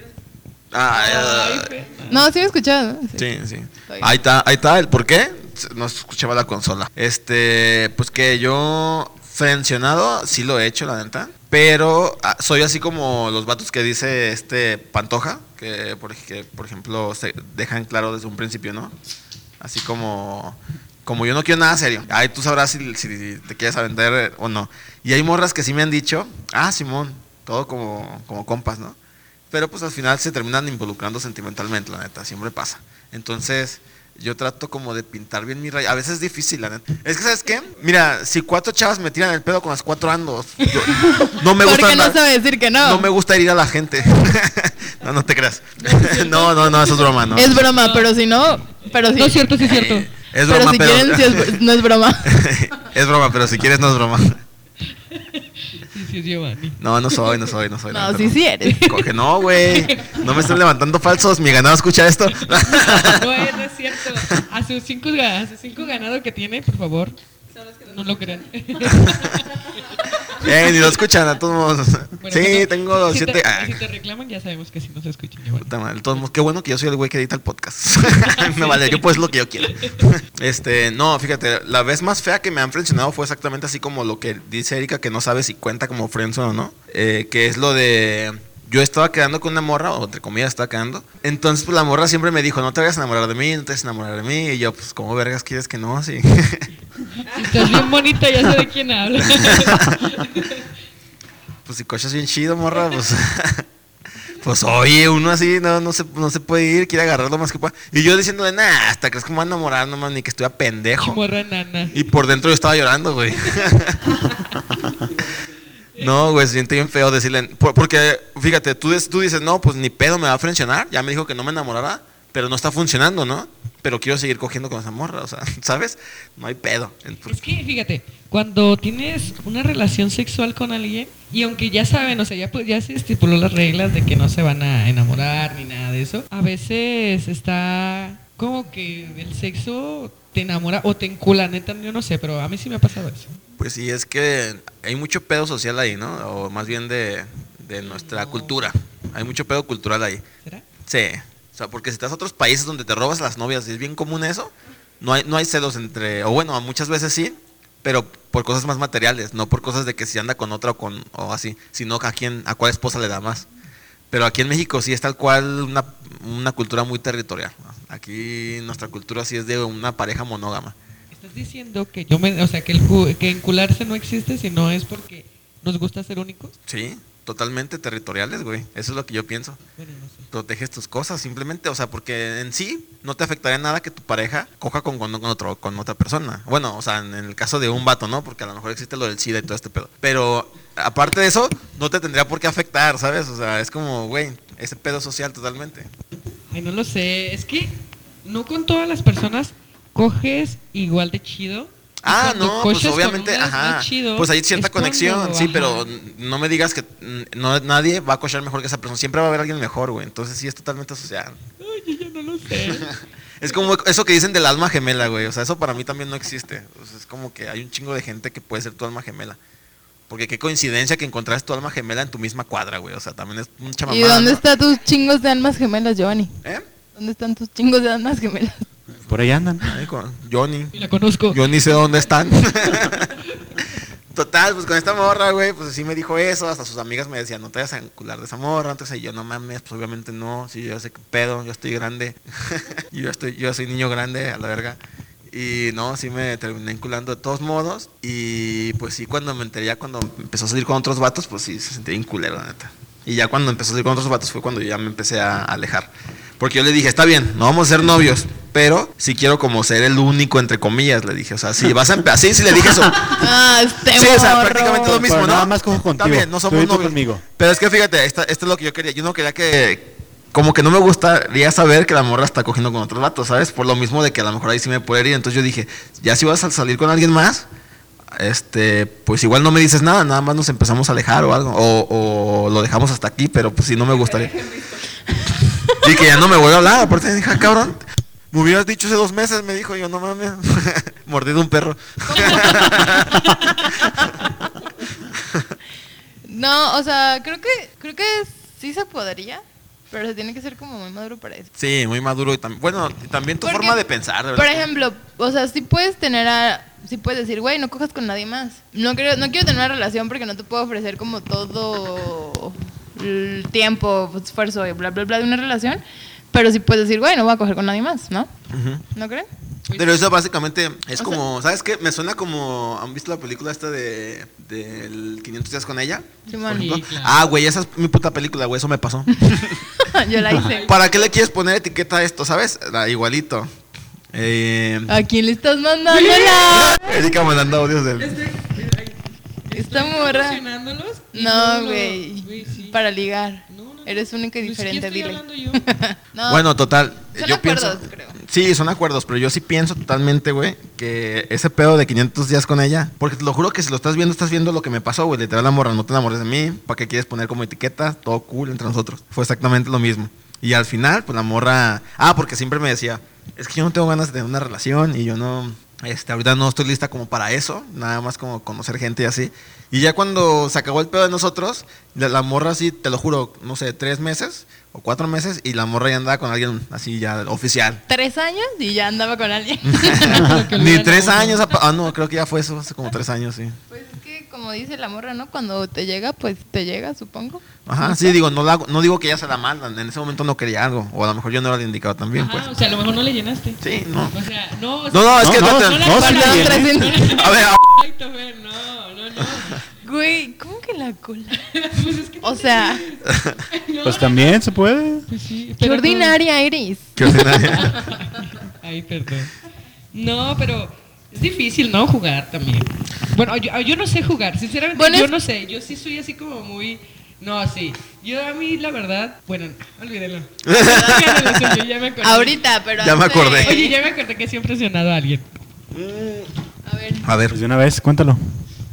Speaker 2: Ay, ay, ay.
Speaker 3: No, sí me escuchas. ¿no? Sí.
Speaker 2: Sí, sí.
Speaker 3: pues. bien.
Speaker 2: Ahí está, ahí está el por qué. No escuchaba la consola. Este, pues que yo frencionado, sí lo he hecho, la neta. Pero ah, soy así como los vatos que dice este Pantoja, que por, ej- que, por ejemplo se dejan claro desde un principio, ¿no? Así como, como yo no quiero nada serio. Ahí tú sabrás si, si te quieres aventar eh, o no. Y hay morras que sí me han dicho, ah, Simón, todo como, como compas, ¿no? Pero pues al final se terminan involucrando sentimentalmente, la neta, siempre pasa. Entonces, yo trato como de pintar bien mi raya. A veces es difícil, la neta. Es que, ¿sabes qué? Mira, si cuatro chavas me tiran el pedo con las cuatro ando, yo- no me gusta
Speaker 3: Porque no
Speaker 2: andar-
Speaker 3: sabe decir que no.
Speaker 2: no me gusta herir a la gente. no, no te creas. no, no, no, eso es broma, ¿no?
Speaker 3: Es broma, pero si no, pero si
Speaker 4: No es cierto, sí es cierto.
Speaker 2: Eh, es
Speaker 3: pero
Speaker 2: broma,
Speaker 3: si
Speaker 2: pero...
Speaker 3: quieren, sí es- no es broma.
Speaker 2: es broma, pero si quieres no es broma.
Speaker 4: Sí, sí es Giovanni.
Speaker 2: No, no soy, no soy, no soy. la
Speaker 3: No,
Speaker 2: neta,
Speaker 3: sí, sí eres.
Speaker 2: Coge, no, güey. No me están levantando falsos. Mi ganado escucha esto.
Speaker 4: Güey, no es cierto. A sus cinco, ga- a sus cinco ganados que tiene, por favor. No lo crean.
Speaker 2: Eh, ni lo escuchan a todos modos.
Speaker 4: Bueno,
Speaker 2: sí,
Speaker 4: bueno,
Speaker 2: tengo
Speaker 4: si
Speaker 2: siete.
Speaker 4: Te,
Speaker 2: ah,
Speaker 4: si te reclaman, ya sabemos que si no se escucha, Giovanni.
Speaker 2: puta madre, de todos modos, qué bueno que yo soy el güey que edita el podcast. me vale, yo puedo hacer lo que yo quiera. Este, no, fíjate, la vez más fea que me han frencionado fue exactamente así como lo que dice Erika, que no sabe si cuenta como friendzone o no. eh, que es lo de. Yo estaba quedando con una morra, o entre comillas estaba quedando. Entonces, pues la morra siempre me dijo: No te vayas a enamorar de mí, no te vayas a enamorar de mí. Y yo, pues, como vergas quieres que no? Sí.
Speaker 4: Si estás bien bonita, ya sé de quién habla.
Speaker 2: Pues si cochas bien chido, morra, pues. pues oye, uno así no, no, se, no se puede ir, quiere agarrar lo más que pueda. Y yo diciéndole, nah, hasta crees que me voy a enamorar nomás, ni que estoy a pendejo.
Speaker 4: Morra nana.
Speaker 2: Y por dentro yo estaba llorando, güey. no, güey, se siente bien feo decirle. por- porque, fíjate, tú, des- tú dices, no, pues ni pedo me va a funcionar. Ya me dijo que no me enamorará, pero no está funcionando, ¿no? Pero quiero seguir cogiendo con esa morra, o sea, ¿sabes? No hay pedo.
Speaker 4: Es que, fíjate, cuando tienes una relación sexual con alguien, y aunque ya saben, o sea, ya, pues, ya se estipuló las reglas de que no se van a enamorar ni nada de eso, a veces está como que el sexo te enamora o te encula, neta, yo no sé, pero a mí sí me ha pasado eso.
Speaker 2: Pues sí, es que hay mucho pedo social ahí, ¿no? O más bien de, de nuestra cultura. Hay mucho pedo cultural ahí.
Speaker 4: ¿Será?
Speaker 2: Sí. O sea, porque si estás a otros países donde te robas a las novias, y es bien común eso, no hay, no hay celos entre... O bueno, muchas veces sí, pero por cosas más materiales, no por cosas de que si anda con otra o con o así, sino a quién, a cuál esposa le da más. Pero aquí en México sí es tal cual una, una cultura muy territorial. ¿no? Aquí nuestra cultura sí es de una pareja monógama.
Speaker 4: Estás diciendo que yo me, o sea, que el cu- que encularse no existe, sino es porque nos gusta ser únicos.
Speaker 2: Sí, totalmente territoriales, güey. Eso es lo que yo pienso.
Speaker 4: Bueno, no sé.
Speaker 2: Proteges tus cosas, simplemente, o sea, porque en sí no te afectaría nada que tu pareja coja con, con, otro, con otra persona. Bueno, o sea, en el caso de un vato, ¿no? Porque a lo mejor existe lo del SIDA y todo este pedo. Pero aparte de eso, no te tendría por qué afectar, ¿sabes? O sea, es como, güey, ese pedo social totalmente.
Speaker 4: Ay, no lo sé. Es que no con todas las personas coges igual de chido. Y
Speaker 2: Ah,
Speaker 4: cuando
Speaker 2: no, pues
Speaker 4: coges con
Speaker 2: obviamente,
Speaker 4: unas más
Speaker 2: ajá.
Speaker 4: chido,
Speaker 2: pues hay cierta
Speaker 4: es cuando,
Speaker 2: conexión, sí,
Speaker 4: ajá.
Speaker 2: pero n- no me digas que mm, no, nadie va a cochar mejor que esa persona. Siempre va a haber alguien mejor, güey. Entonces sí es totalmente social.
Speaker 4: Ay, yo ya no lo sé.
Speaker 2: Es como eso que dicen del alma gemela, güey. O sea, eso para mí también no existe. O sea, es como que hay un chingo de gente que puede ser tu alma gemela. Porque qué coincidencia que encontraste tu alma gemela en tu misma cuadra, güey. O sea, también es un chamamada.
Speaker 3: ¿Y dónde
Speaker 2: ¿no?
Speaker 3: están tus chingos de almas gemelas, Giovanni?
Speaker 2: ¿Eh?
Speaker 3: ¿Dónde están tus chingos de almas gemelas?
Speaker 1: Por ahí andan.
Speaker 2: Ahí con Johnny.
Speaker 4: Y la conozco.
Speaker 2: Yo ni sé dónde están. Total, pues con esta morra, güey, pues sí me dijo eso. Hasta sus amigas me decían, no te vayas a encular de esa morra. Entonces yo, no mames, pues obviamente no. Sí, yo ya sé qué pedo, yo estoy grande. yo, ya estoy, yo ya soy niño grande, a la verga. Y no, sí me terminé enculando de todos modos. Y pues sí, cuando me enteré, ya cuando empezó a salir con otros vatos, pues sí, se sentía bien culero, la neta. Y ya cuando empezó a salir con otros vatos fue cuando yo ya me empecé a alejar. Porque yo le dije, está bien, no vamos a ser novios, pero sí quiero como ser el único, entre comillas, le dije. O sea, sí, vas a empe- Así sí le dije eso.
Speaker 3: Ah, este
Speaker 2: Sí, o sea,
Speaker 3: morro.
Speaker 2: prácticamente lo mismo,
Speaker 1: Pero
Speaker 2: ¿no?
Speaker 1: nada más cojo contigo.
Speaker 2: También, no
Speaker 1: Tú
Speaker 2: somos
Speaker 1: y tú
Speaker 2: novios.
Speaker 1: conmigo.
Speaker 2: Pero es que fíjate, esta- esto es lo que yo quería. Yo no quería que. Como que no me gustaría saber que la morra está cogiendo con otros vatos, ¿sabes? Por lo mismo de que a lo mejor ahí sí me puede ir. Entonces yo dije, ya si vas a salir con alguien más, este, pues igual no me dices nada, nada más nos empezamos a alejar o algo. O, o lo dejamos hasta aquí, pero pues sí, no me gustaría. Y que ya no me voy a hablar, aparte dije, "Ah, cabrón. Me hubieras dicho hace dos meses, me dijo, y yo no mames, mordido un perro.
Speaker 3: No, o sea, creo que, creo que sí se podría, pero se tiene que ser como muy maduro para eso.
Speaker 2: Sí, muy maduro y también. Bueno, y también tu
Speaker 3: Porque,
Speaker 2: forma de pensar, de verdad.
Speaker 3: Por ejemplo, o sea, sí puedes tener a. Sí puedes decir, güey, no cojas con nadie más. No quiero, no quiero tener una relación porque no te puedo ofrecer como todo el tiempo, esfuerzo y bla, bla, bla de una relación. Pero sí puedes decir, güey, no voy a coger con nadie más, ¿no?
Speaker 2: Ujú.
Speaker 3: ¿No creen?
Speaker 2: Pero eso básicamente es
Speaker 3: O
Speaker 2: como, ¿sabes qué? Me suena como, ¿han visto la película esta de del 500 días con ella? Por
Speaker 3: Simón.
Speaker 2: ejemplo.
Speaker 4: Sí, claro.
Speaker 2: Ah, güey, esa es mi puta película, güey, eso me pasó.
Speaker 3: Yo la hice.
Speaker 2: ¿Para qué le quieres poner etiqueta a esto, sabes? La- igualito. Eh,
Speaker 3: ¿A quién le estás mandando la?
Speaker 2: Erika mandando audios del...
Speaker 3: Esta morra.
Speaker 4: Promocionándolos y
Speaker 3: No,
Speaker 4: lo-
Speaker 3: güey.
Speaker 4: sí.
Speaker 3: Para ligar.
Speaker 4: No, no, no.
Speaker 3: Eres único y
Speaker 4: Pues, ¿qué
Speaker 3: diferente,
Speaker 4: estoy
Speaker 3: dile.
Speaker 4: hablando yo?
Speaker 3: No,
Speaker 2: Bueno, total.
Speaker 3: ah. Son
Speaker 2: yo
Speaker 3: acuerdos,
Speaker 2: pienso,
Speaker 3: creo.
Speaker 2: Sí, son acuerdos, pero yo sí pienso totalmente, güey, que ese pedo de 500 días con ella, porque te lo juro que si lo estás viendo, estás viendo lo que me pasó, güey, literal la morra, no te enamores de mí, ¿para qué quieres poner como etiqueta? Todo cool entre nosotros. Fue exactamente lo mismo. Y al final, pues la morra, ah, porque siempre me decía, es que yo no tengo ganas de tener una relación y yo no, este, ahorita no estoy lista como para eso, nada más como conocer gente y así. Y ya cuando se acabó el pedo de nosotros, la, la morra así, te lo juro, no sé, tres meses o cuatro meses y la morra ya andaba con alguien así ya oficial.
Speaker 3: tres años y ya andaba con alguien.
Speaker 4: Lo que
Speaker 2: Ni
Speaker 4: olvidan
Speaker 2: tres
Speaker 4: a uno.
Speaker 2: años. apa- Ah, no, creo que ya fue eso, hace como tres años, sí.
Speaker 3: Pues es que, como dice la morra, ¿no? Cuando te llega, pues te llega, supongo.
Speaker 2: Ajá, sí, digo, no, la hago- no digo que ya se la mandan. En ese momento no quería algo. O a lo mejor yo no era el indicado también, pues.
Speaker 4: Ajá, o sea, a lo mejor no le llenaste.
Speaker 2: Sí, no.
Speaker 4: O sea, pues, no. o
Speaker 2: No, no, es
Speaker 1: No,
Speaker 2: que.
Speaker 1: no,
Speaker 2: espérate,
Speaker 1: no,
Speaker 4: la
Speaker 1: no, sí
Speaker 4: cola.
Speaker 1: la llené.
Speaker 2: A ver, a-
Speaker 4: Ay, Tofer, no, no, no.
Speaker 3: Güey, ¿cómo que la cola?
Speaker 4: Pues es que
Speaker 3: O sea,
Speaker 4: no,
Speaker 1: Pues también se puede.
Speaker 4: pues sí,
Speaker 3: qué
Speaker 4: pero no.
Speaker 3: ordinaria eres.
Speaker 2: qué ordinaria.
Speaker 4: Ay, perdón. No, pero es difícil, ¿no? Jugar también. Bueno, yo, ah, yo no sé jugar, sinceramente,
Speaker 3: Bueno,
Speaker 4: yo
Speaker 3: es-
Speaker 4: no sé. Yo sí soy así como muy. No, sí. Yo a mí, la verdad. Bueno, olvídelo. Olvídelo, yo ya me acordé.
Speaker 3: Ahorita, pero.
Speaker 2: Ya me
Speaker 3: hace-
Speaker 2: acordé.
Speaker 4: Oye, ya me acordé que sí he impresionado a alguien.
Speaker 3: A ver,
Speaker 2: A
Speaker 1: Pues
Speaker 2: ver,
Speaker 1: de una vez, cuéntalo.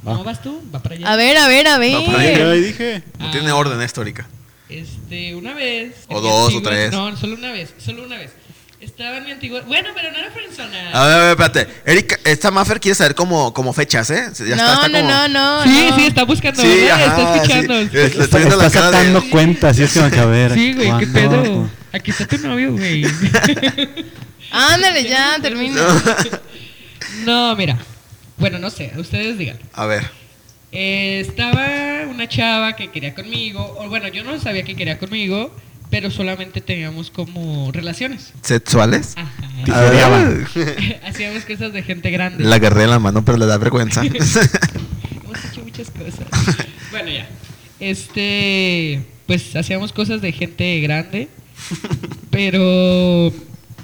Speaker 4: ¿No vas tú? Va para allá.
Speaker 3: a ver, a ver, a
Speaker 2: No, para allá.
Speaker 3: ver.
Speaker 1: Yo ahí dije.
Speaker 2: no tiene
Speaker 4: Ah.
Speaker 2: orden esto, Erika.
Speaker 4: Este, una vez.
Speaker 2: O
Speaker 4: en mi
Speaker 2: dos, o
Speaker 4: antigua-
Speaker 2: tres.
Speaker 4: No, solo una vez, solo una vez. Estaba en mi antigua. Bueno, pero no era friendzonada.
Speaker 2: A ver, a ver, espérate. Erika, esta Maffer quiere saber como, como fechas, ¿eh? Ya está,
Speaker 3: No,
Speaker 2: está
Speaker 3: no,
Speaker 2: como-
Speaker 3: no, no.
Speaker 4: Sí,
Speaker 3: no.
Speaker 4: sí, está buscando,
Speaker 2: Sí,
Speaker 4: ¿verdad?
Speaker 2: ajá,
Speaker 4: está escuchando.
Speaker 2: sí.
Speaker 4: Sí,
Speaker 2: Estoy viendo la
Speaker 1: Estás
Speaker 2: cara de-
Speaker 1: sacando cuentas, si es que me acabé. de ver.
Speaker 4: güey, qué
Speaker 1: ¿Cuándo?
Speaker 4: pedo. Aquí está tu novio, güey.
Speaker 3: Ándale, ya, termina.
Speaker 4: no, mira. Bueno, no sé, ustedes digan.
Speaker 2: A ver.
Speaker 4: Eh, estaba una chava que quería conmigo, o bueno, yo no sabía que quería conmigo, pero solamente teníamos como relaciones.
Speaker 2: ¿Sexuales?
Speaker 4: Ajá.
Speaker 1: Tijereaban.
Speaker 4: Hacíamos cosas de gente grande.
Speaker 2: La agarré en la mano, pero le da vergüenza.
Speaker 4: Hemos hecho muchas cosas. bueno, ya. Este, pues hacíamos cosas de gente grande, pero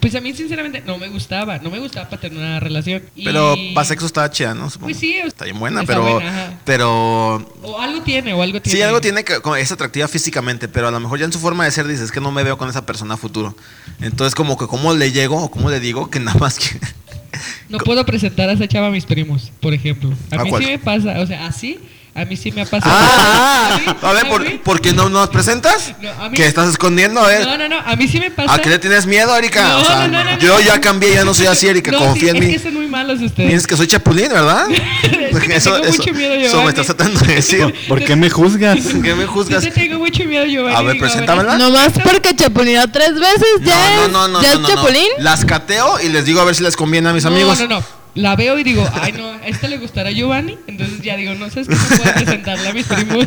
Speaker 4: pues a mí sinceramente no me gustaba, no me gustaba para tener una relación. Y-
Speaker 2: pero para sexo estaba chida, ¿no? Supongo.
Speaker 4: Pues sí, o-
Speaker 2: Está bien buena,
Speaker 4: está
Speaker 2: pero.
Speaker 4: buena, ajá.
Speaker 2: pero.
Speaker 4: O algo tiene, o algo tiene.
Speaker 2: Sí, algo tiene que. como Es atractiva físicamente, pero a lo mejor ya en su forma de ser dices que no me veo con esa persona a futuro. Entonces, como que, ¿cómo le llego o cómo le digo que nada más que.
Speaker 4: No puedo presentar a esa chava a mis primos, por ejemplo. A
Speaker 2: ¿A
Speaker 4: mí
Speaker 2: cuál?
Speaker 4: sí me pasa, o sea, así, a mí sí me ha pasado.
Speaker 2: Ah, ah,
Speaker 4: mí-
Speaker 2: a ver,
Speaker 4: mí-
Speaker 2: ¿por, por qué no nos presentas?
Speaker 4: No, a mí-
Speaker 2: ¿Qué estás escondiendo? A ver.
Speaker 4: No, no, no, a mí sí me pasa.
Speaker 2: ¿A qué Ah, le tienes miedo, Erika?
Speaker 4: No,
Speaker 2: O sea,
Speaker 4: no, no, no,
Speaker 2: yo
Speaker 4: no.
Speaker 2: ya cambié, ya no soy así, Erika.
Speaker 4: No, sí,
Speaker 2: confía en
Speaker 4: es
Speaker 2: mí.
Speaker 4: que son muy malos ustedes.
Speaker 2: Piensas que soy chapulín, ¿verdad?
Speaker 4: Es que tengo mucho miedo,
Speaker 2: eso
Speaker 4: Giovanni.
Speaker 2: me estás tratando de
Speaker 1: ¿Por,
Speaker 2: decir.
Speaker 1: por qué me juzgas?
Speaker 2: ¿Qué me
Speaker 4: Yo
Speaker 2: juzgas?
Speaker 4: te tengo mucho miedo, Giovanni.
Speaker 2: A ver,
Speaker 4: digo,
Speaker 2: preséntamela.
Speaker 3: Nomás porque chapulineó tres veces, ya
Speaker 2: No,
Speaker 3: es,
Speaker 2: no, no, no,
Speaker 3: ya
Speaker 2: no,
Speaker 3: es
Speaker 2: no, no.
Speaker 3: chapulín.
Speaker 2: Las cateo y les digo a ver si les conviene a mis
Speaker 4: no,
Speaker 2: amigos.
Speaker 4: No, no, La veo y digo, ay, no, a esta le gustará a Giovanni. Entonces ya digo, no sé si puedo presentarla a mis primos.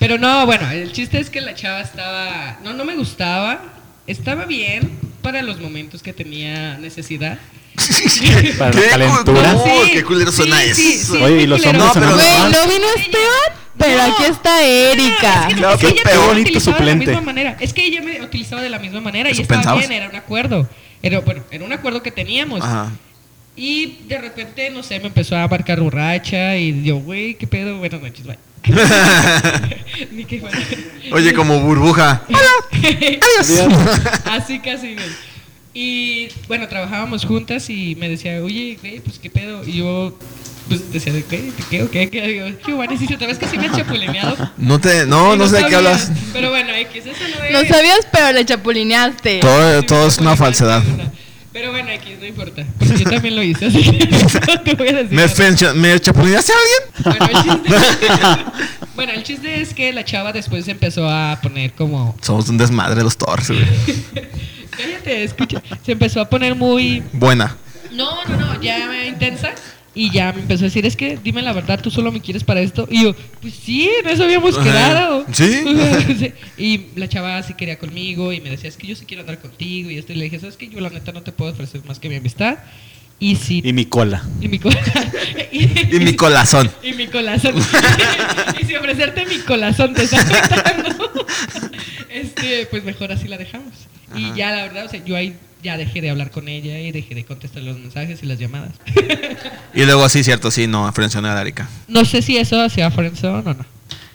Speaker 4: Pero no, bueno, el chiste es que la chava estaba. No, no me gustaba. Estaba bien para los momentos que tenía necesidad.
Speaker 1: Para
Speaker 2: ¿Qué
Speaker 1: la calentura.
Speaker 2: cu-
Speaker 4: Sí,
Speaker 2: Oh, qué culero
Speaker 4: sí,
Speaker 2: suena
Speaker 4: sí,
Speaker 2: eso.
Speaker 4: sí, sí,
Speaker 1: Oye,
Speaker 4: qué
Speaker 1: y los
Speaker 4: culero. este
Speaker 1: hombres
Speaker 2: No,
Speaker 1: andan
Speaker 2: pero-
Speaker 1: mal.
Speaker 3: Güey, no vino Esteban, pero
Speaker 4: No.
Speaker 3: aquí está
Speaker 4: No,
Speaker 3: Erika.
Speaker 4: es que-
Speaker 2: Claro,
Speaker 4: es que
Speaker 2: qué
Speaker 4: ella me
Speaker 2: peor.
Speaker 4: utilizaba
Speaker 1: Bonito
Speaker 4: de la
Speaker 1: suplente.
Speaker 4: misma manera. Es que ella me utilizaba de la misma manera y
Speaker 2: ¿Eso
Speaker 4: estaba
Speaker 2: pensabas?
Speaker 4: bien, era un acuerdo. Era, bueno, era un acuerdo que teníamos.
Speaker 2: Ajá.
Speaker 4: Y de repente, no sé, me empezó a marcar borracha y yo, güey, qué pedo, buenas noches, bye. Ni qué bueno.
Speaker 2: Oye, como burbuja.
Speaker 4: Así casi, güey. Y bueno, trabajábamos juntas y me decía, oye, güey, pues qué pedo. Y yo, pues decía, güey, ¿te qué o qué? qué? Digo, Giovanni, sí, se te ves que sí me has chapulineado.
Speaker 2: No te, no,
Speaker 4: Y
Speaker 2: no sé de qué
Speaker 4: sabía.
Speaker 2: hablas.
Speaker 4: Pero bueno, X, eso no es.
Speaker 3: No sabías, pero le chapulineaste.
Speaker 2: Todo,
Speaker 4: Sí,
Speaker 2: todo es una
Speaker 4: chapulinear,
Speaker 2: falsedad.
Speaker 4: una. Pero bueno, X, no importa. Porque yo también lo hice, así que no te voy a decir.
Speaker 2: ¿Me,
Speaker 4: nada.
Speaker 2: fencha- ¿Me chapulinaste a alguien?
Speaker 4: Bueno, el chiste, Bueno, el chiste es que la chava después empezó a poner como.
Speaker 2: Somos un desmadre los torres, güey.
Speaker 4: Cállate, escucha. Se empezó a poner muy.
Speaker 2: Buena.
Speaker 4: No, no, no, ya intensa. Y ya me empezó a decir, es que dime la verdad, tú solo me quieres para esto. Y yo, pues sí, en eso habíamos
Speaker 2: Ajá.
Speaker 4: quedado.
Speaker 2: Sí.
Speaker 4: O sea, y la chava sí quería conmigo y me decía, es que yo sí quiero andar contigo y esto. Y le dije, sabes que yo la neta no te puedo ofrecer más que mi amistad. Y sí.
Speaker 1: Y mi cola.
Speaker 4: Y mi, co- y-
Speaker 2: Y mi corazón.
Speaker 4: y mi corazón. y si ofrecerte mi corazón te está afectando, este, pues mejor así la dejamos. Y ya la verdad, o sea, yo ahí ya dejé de hablar con ella y dejé de contestar los mensajes y las llamadas.
Speaker 2: Y luego, sí, cierto, sí, no, frencioné a la Erika.
Speaker 4: no sé si eso sea friendzone o no.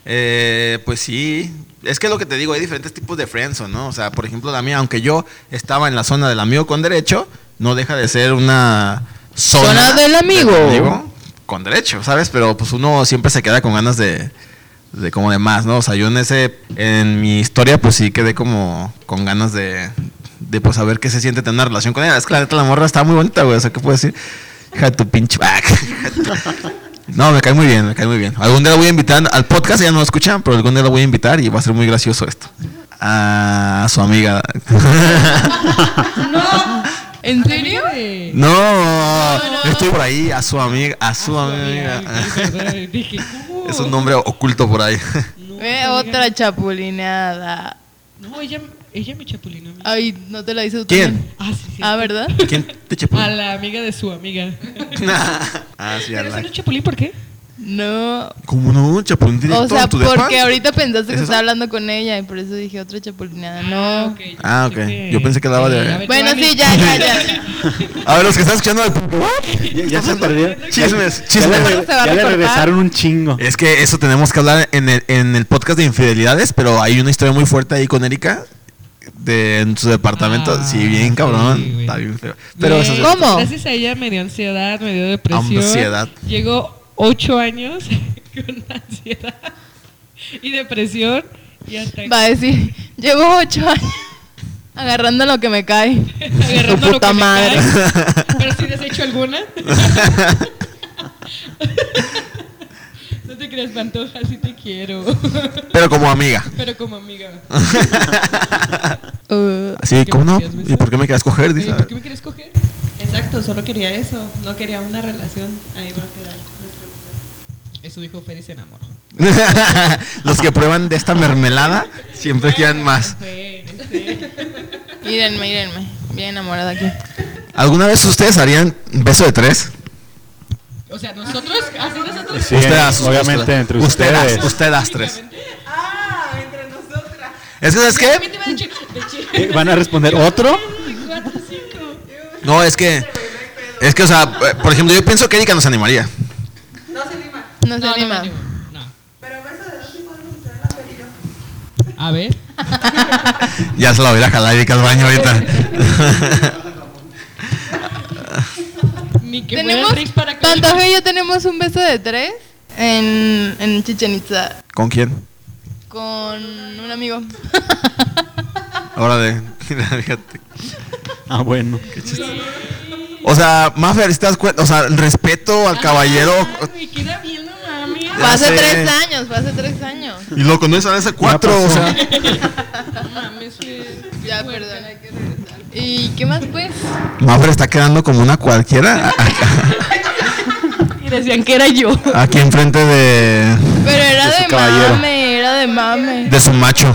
Speaker 2: Eh, pues sí. Es que lo que te digo, hay diferentes tipos de friendzone, ¿no? O sea, por ejemplo, la mía, aunque yo estaba en la zona del amigo con derecho, no deja de ser una zona,
Speaker 3: Zona del amigo.
Speaker 2: con derecho, ¿sabes? Pero pues uno siempre se queda con ganas de, de como de más, ¿no? O sea, yo en ese, en mi historia, pues sí quedé como con ganas de, de pues saber qué se siente tener una relación con ella. Es que la neta la morra está muy bonita, güey. O sea, ¿qué puedo decir? Hija de tu pinche ah, back. No, me cae muy bien, me cae muy bien. Algún día la voy a invitar al podcast, ya no lo escuchan, pero algún día la voy a invitar y va a ser muy gracioso esto. A su amiga.
Speaker 3: ¿En serio?
Speaker 2: no, estoy por ahí, a su amiga, a su amiga.
Speaker 4: Dije, ¿cómo?
Speaker 2: es un nombre oculto por ahí.
Speaker 4: No,
Speaker 3: Ve
Speaker 4: amiga.
Speaker 3: Eh, otra chapulineada.
Speaker 4: No, ella, ella me chapulinó a mí.
Speaker 3: Ay, no te la hizo
Speaker 2: ¿Quién?
Speaker 4: Ah, sí, sí.
Speaker 3: Ah, ¿verdad?
Speaker 2: ¿Quién te
Speaker 4: A
Speaker 2: chapulín?
Speaker 4: la amiga de su amiga.
Speaker 2: ah, sí, a
Speaker 4: ¿Pero eso no
Speaker 2: la...
Speaker 4: es chapulín por qué?
Speaker 3: No.
Speaker 2: ¿Cómo no? ¿Chapulín directo
Speaker 3: O sea,
Speaker 2: en tu depa?
Speaker 3: porque ahorita pensaste
Speaker 2: ¿Es
Speaker 3: que
Speaker 2: eso?
Speaker 3: estaba hablando con ella y por eso dije otra chapulineada. No.
Speaker 4: ok.
Speaker 2: Ah, ok. Yo pensé que daba de-
Speaker 4: A ver,
Speaker 3: Bueno,
Speaker 4: Giovanni.
Speaker 3: sí, ya, ya, ya.
Speaker 2: A ver, los que están escuchando...
Speaker 1: Ya, ya se perdieron.
Speaker 2: Chismes,
Speaker 1: Ya le,
Speaker 2: chismes.
Speaker 1: re-
Speaker 3: Se va a
Speaker 1: ya le
Speaker 3: recortar.
Speaker 1: regresaron un chingo.
Speaker 2: Es que eso tenemos que hablar en el, en el podcast de infidelidades, pero hay una historia muy fuerte ahí con Erika de, en su departamento.
Speaker 4: Ah,
Speaker 2: sí, bien cabrón.
Speaker 4: sí, güey.
Speaker 2: está bien feo. Pero
Speaker 4: Güey,
Speaker 2: eso sí-
Speaker 3: ¿Cómo?
Speaker 4: Gracias a ella me dio ansiedad, me dio depresión.
Speaker 2: Ansiedad.
Speaker 4: Llegó ocho años con ansiedad y depresión. Y hasta
Speaker 3: Va a decir, llevo ocho años agarrando lo que me cae.
Speaker 4: agarrando
Speaker 3: Tu
Speaker 4: lo que
Speaker 3: puta
Speaker 4: me
Speaker 3: madre.
Speaker 4: cae. Pero si desecho alguna. no te creas, Pantoja, sí te quiero.
Speaker 2: Pero como amiga.
Speaker 4: Pero como amiga.
Speaker 3: Uh,
Speaker 2: Así,
Speaker 4: ¿Qué
Speaker 2: ¿cómo
Speaker 4: me
Speaker 2: no?
Speaker 4: quieres
Speaker 2: ¿Y
Speaker 4: besar?
Speaker 2: por qué me querías coger?
Speaker 4: Oye,
Speaker 2: Dice,
Speaker 4: ¿Por qué me quieres coger? Exacto, solo quería eso. No quería una relación. Ahí va a quedar. su hijo Feri se enamoró.
Speaker 2: Los que prueban de esta mermelada siempre quedan más.
Speaker 4: este.
Speaker 3: Mírenme, mírenme. Bien enamorada aquí.
Speaker 2: ¿Alguna vez ustedes harían beso de tres?
Speaker 4: O sea, nosotros,
Speaker 3: Ah,
Speaker 4: así nosotros.
Speaker 1: Sí, obviamente, entre ustedes.
Speaker 2: Ustedes, ustedes tres.
Speaker 6: Ah, entre nosotras.
Speaker 2: Es que, ¿sabes
Speaker 4: A mí
Speaker 2: qué?
Speaker 4: te iba a decir, de chico.
Speaker 1: Eh, ¿Van a responder otro?
Speaker 4: Cuatro, cinco.
Speaker 2: No, es que. Es que, o sea, eh, por ejemplo, yo pienso que Erika nos animaría.
Speaker 6: No se rima.
Speaker 3: No se
Speaker 4: No, no,
Speaker 3: anima.
Speaker 4: no, no.
Speaker 6: Pero beso de dos sí podemos entrar en la película.
Speaker 4: A ver.
Speaker 2: Ya se la voy a ir a jalar Erika al baño ahorita.
Speaker 4: Ni que fuera
Speaker 3: Tenemos,
Speaker 4: Rix para que.
Speaker 3: Tantafe y yo tenemos un beso de tres en, en Chichen Itza
Speaker 2: ¿Con quién?
Speaker 3: con un amigo.
Speaker 2: Ahora de. Fíjate.
Speaker 1: Ah, bueno.
Speaker 2: O sea, Maffer, si te das cuenta, o sea, el respeto
Speaker 6: Ah,
Speaker 2: al caballero.
Speaker 4: Ay, Me queda bien, no mames.
Speaker 3: Fue hace
Speaker 2: sé.
Speaker 3: tres años, fue hace tres años.
Speaker 2: Y lo conoces a ese cuatro, o sea.
Speaker 4: No mames, güey.
Speaker 3: Ya, perdón, hay que regresar. ¿Y qué más pues?
Speaker 2: Maffer está quedando como una cualquiera.
Speaker 7: Y decían que era yo.
Speaker 2: Aquí enfrente de.
Speaker 3: Pero era
Speaker 1: De su
Speaker 3: de,
Speaker 1: caballero.
Speaker 3: mame, era de mame.
Speaker 2: de su macho.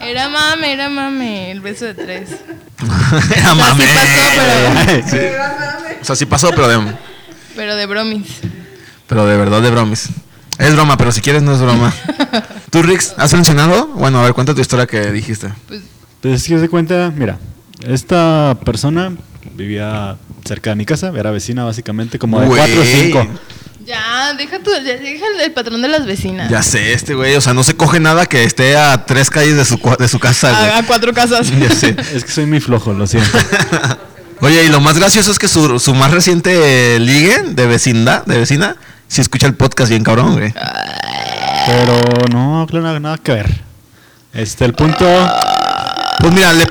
Speaker 3: Era mame, era mame, el beso de tres.
Speaker 2: Era mame.
Speaker 3: pasó,
Speaker 2: Sí. O sea, sí pasó, pero de,
Speaker 3: Pero de bromis.
Speaker 2: pero de verdad de bromis. Es broma, pero si quieres no es broma. ¿Tú, Rix, has mencionado? Bueno, a ver, cuenta tu historia que dijiste.
Speaker 3: Pues
Speaker 1: Entonces, si se cuenta, mira, esta persona vivía cerca de mi casa, era vecina básicamente, como de
Speaker 2: Güey.
Speaker 1: 4 o 5.
Speaker 3: ya, deja, tu, ya, deja el, el patrón de las vecinas.
Speaker 2: Ya sé, este güey, o sea, no se coge nada que esté a tres calles de su, cua- de su
Speaker 3: A,
Speaker 2: casa,
Speaker 3: a cuatro casas.
Speaker 2: güey. Ya sé.
Speaker 1: Es que soy muy flojo, lo siento.
Speaker 2: Oye, y lo más gracioso es que su, su más reciente eh, ligue de vecindad, de vecina, si escucha el podcast bien cabrón, güey.
Speaker 1: Pero no, claro, nada, nada que ver. Este, el punto.
Speaker 2: Pues mira, le, eh,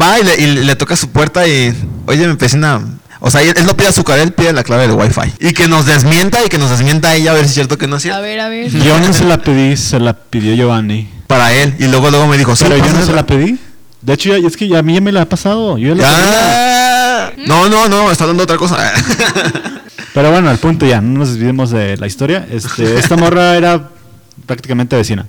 Speaker 2: va y le, y le toca su puerta y, oye, me vecina. O sea, él, él no pide azúcar, él pide la clave del wifi. Y que nos desmienta y que nos desmienta a ella a ver si es cierto que no es
Speaker 3: A
Speaker 2: cierto.
Speaker 3: ver, a ver.
Speaker 1: Yo no se la pedí, se la pidió Giovanni.
Speaker 2: Para él. Y luego luego me dijo, sí,
Speaker 1: Pero yo no
Speaker 2: pásasela.
Speaker 1: se la pedí. De hecho, ya- es que ya a mí ya me la ha pasado. Yo ya la tenía.
Speaker 2: Ya. No, no, no, está hablando de otra cosa.
Speaker 1: Pero bueno, al punto ya, no nos desviemos de la historia. Este, esta morra era prácticamente vecina.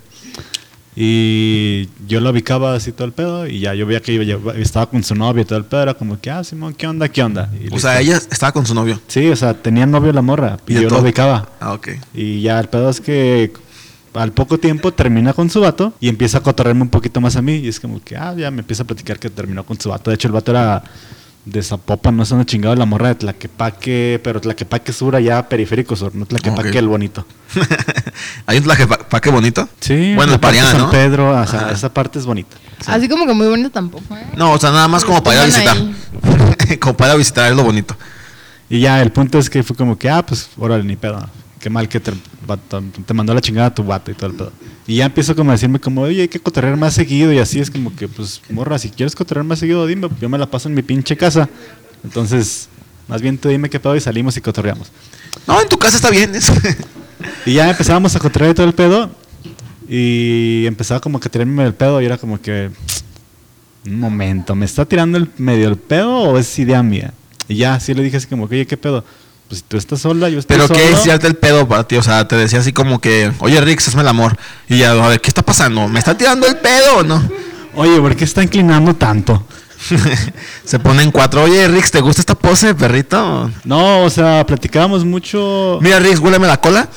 Speaker 1: Y yo la ubicaba así todo el pedo. Y ya yo veía que iba- lleva- estaba con su novio y todo el pedo. Era como que, ah, Simón, ¿qué onda? ¿Qué onda? Y
Speaker 2: o sea,
Speaker 1: listo.
Speaker 2: ella estaba con su novio.
Speaker 1: Sí, o sea, tenía novio la morra. Y,
Speaker 2: de
Speaker 1: yo la
Speaker 2: todo-
Speaker 1: ubicaba.
Speaker 2: Ah, ok.
Speaker 1: Y ya el pedo es que al poco tiempo termina con su vato y empieza a cotorrearme un poquito más a mí. Y es como que, ah, ya me empieza a platicar que terminó con su vato. De hecho, el vato era de Zapopan, no sé dónde chingado, la morra de Tlaquepaque, pero Tlaquepaque sur, allá periférico sur, no Tlaquepaque
Speaker 2: Ok.
Speaker 1: el bonito.
Speaker 2: Hay un traje, pa, pa' qué bonito.
Speaker 1: Sí,
Speaker 2: Bueno,
Speaker 1: la parte de
Speaker 2: el Pariana,
Speaker 1: San
Speaker 2: ¿no?
Speaker 1: Pedro, o sea,
Speaker 2: Ajá.
Speaker 1: esa parte es bonita.
Speaker 3: Así como que muy bonito tampoco. ¿eh?
Speaker 2: No, o sea, nada más como para ir a visitar.
Speaker 3: Pongan
Speaker 2: como para ir a visitar es lo bonito.
Speaker 1: Y ya el punto es que fue como que, ah, pues, órale, ni pedo. Qué mal que te, vato- te mandó a la chingada tu vato y todo el pedo. Y ya empiezo como a decirme como, oye, hay que cotorrear más seguido. Y así es como que, pues, morra, si quieres cotorrear más seguido, dime. Yo me la paso en mi pinche casa. Entonces, más bien tú dime qué pedo y salimos y cotorreamos.
Speaker 2: No, en tu casa está bien. es-
Speaker 1: Y ya empezábamos a cotorrear y todo el pedo. Y empezaba como que a tirarme el pedo. Y era como que, un momento, ¿me está tirando el medio el pedo o es idea mía? Y ya, así le dije así como que, oye, ¿qué pedo? Pues si tú estás sola, yo estoy
Speaker 2: Pero
Speaker 1: solo.
Speaker 2: qué es tirarte el pedo para ti, o sea, te decía así como que, oye Rix, hazme el amor. Y ya, a ver, ¿qué está pasando? ¿Me está tirando el pedo o no?
Speaker 1: Oye, ¿por qué está inclinando tanto?
Speaker 2: Se ponen cuatro, oye Rix, ¿te gusta esta pose de perrito?
Speaker 1: No, o sea, platicábamos mucho.
Speaker 2: Mira Rix, huéleme la cola.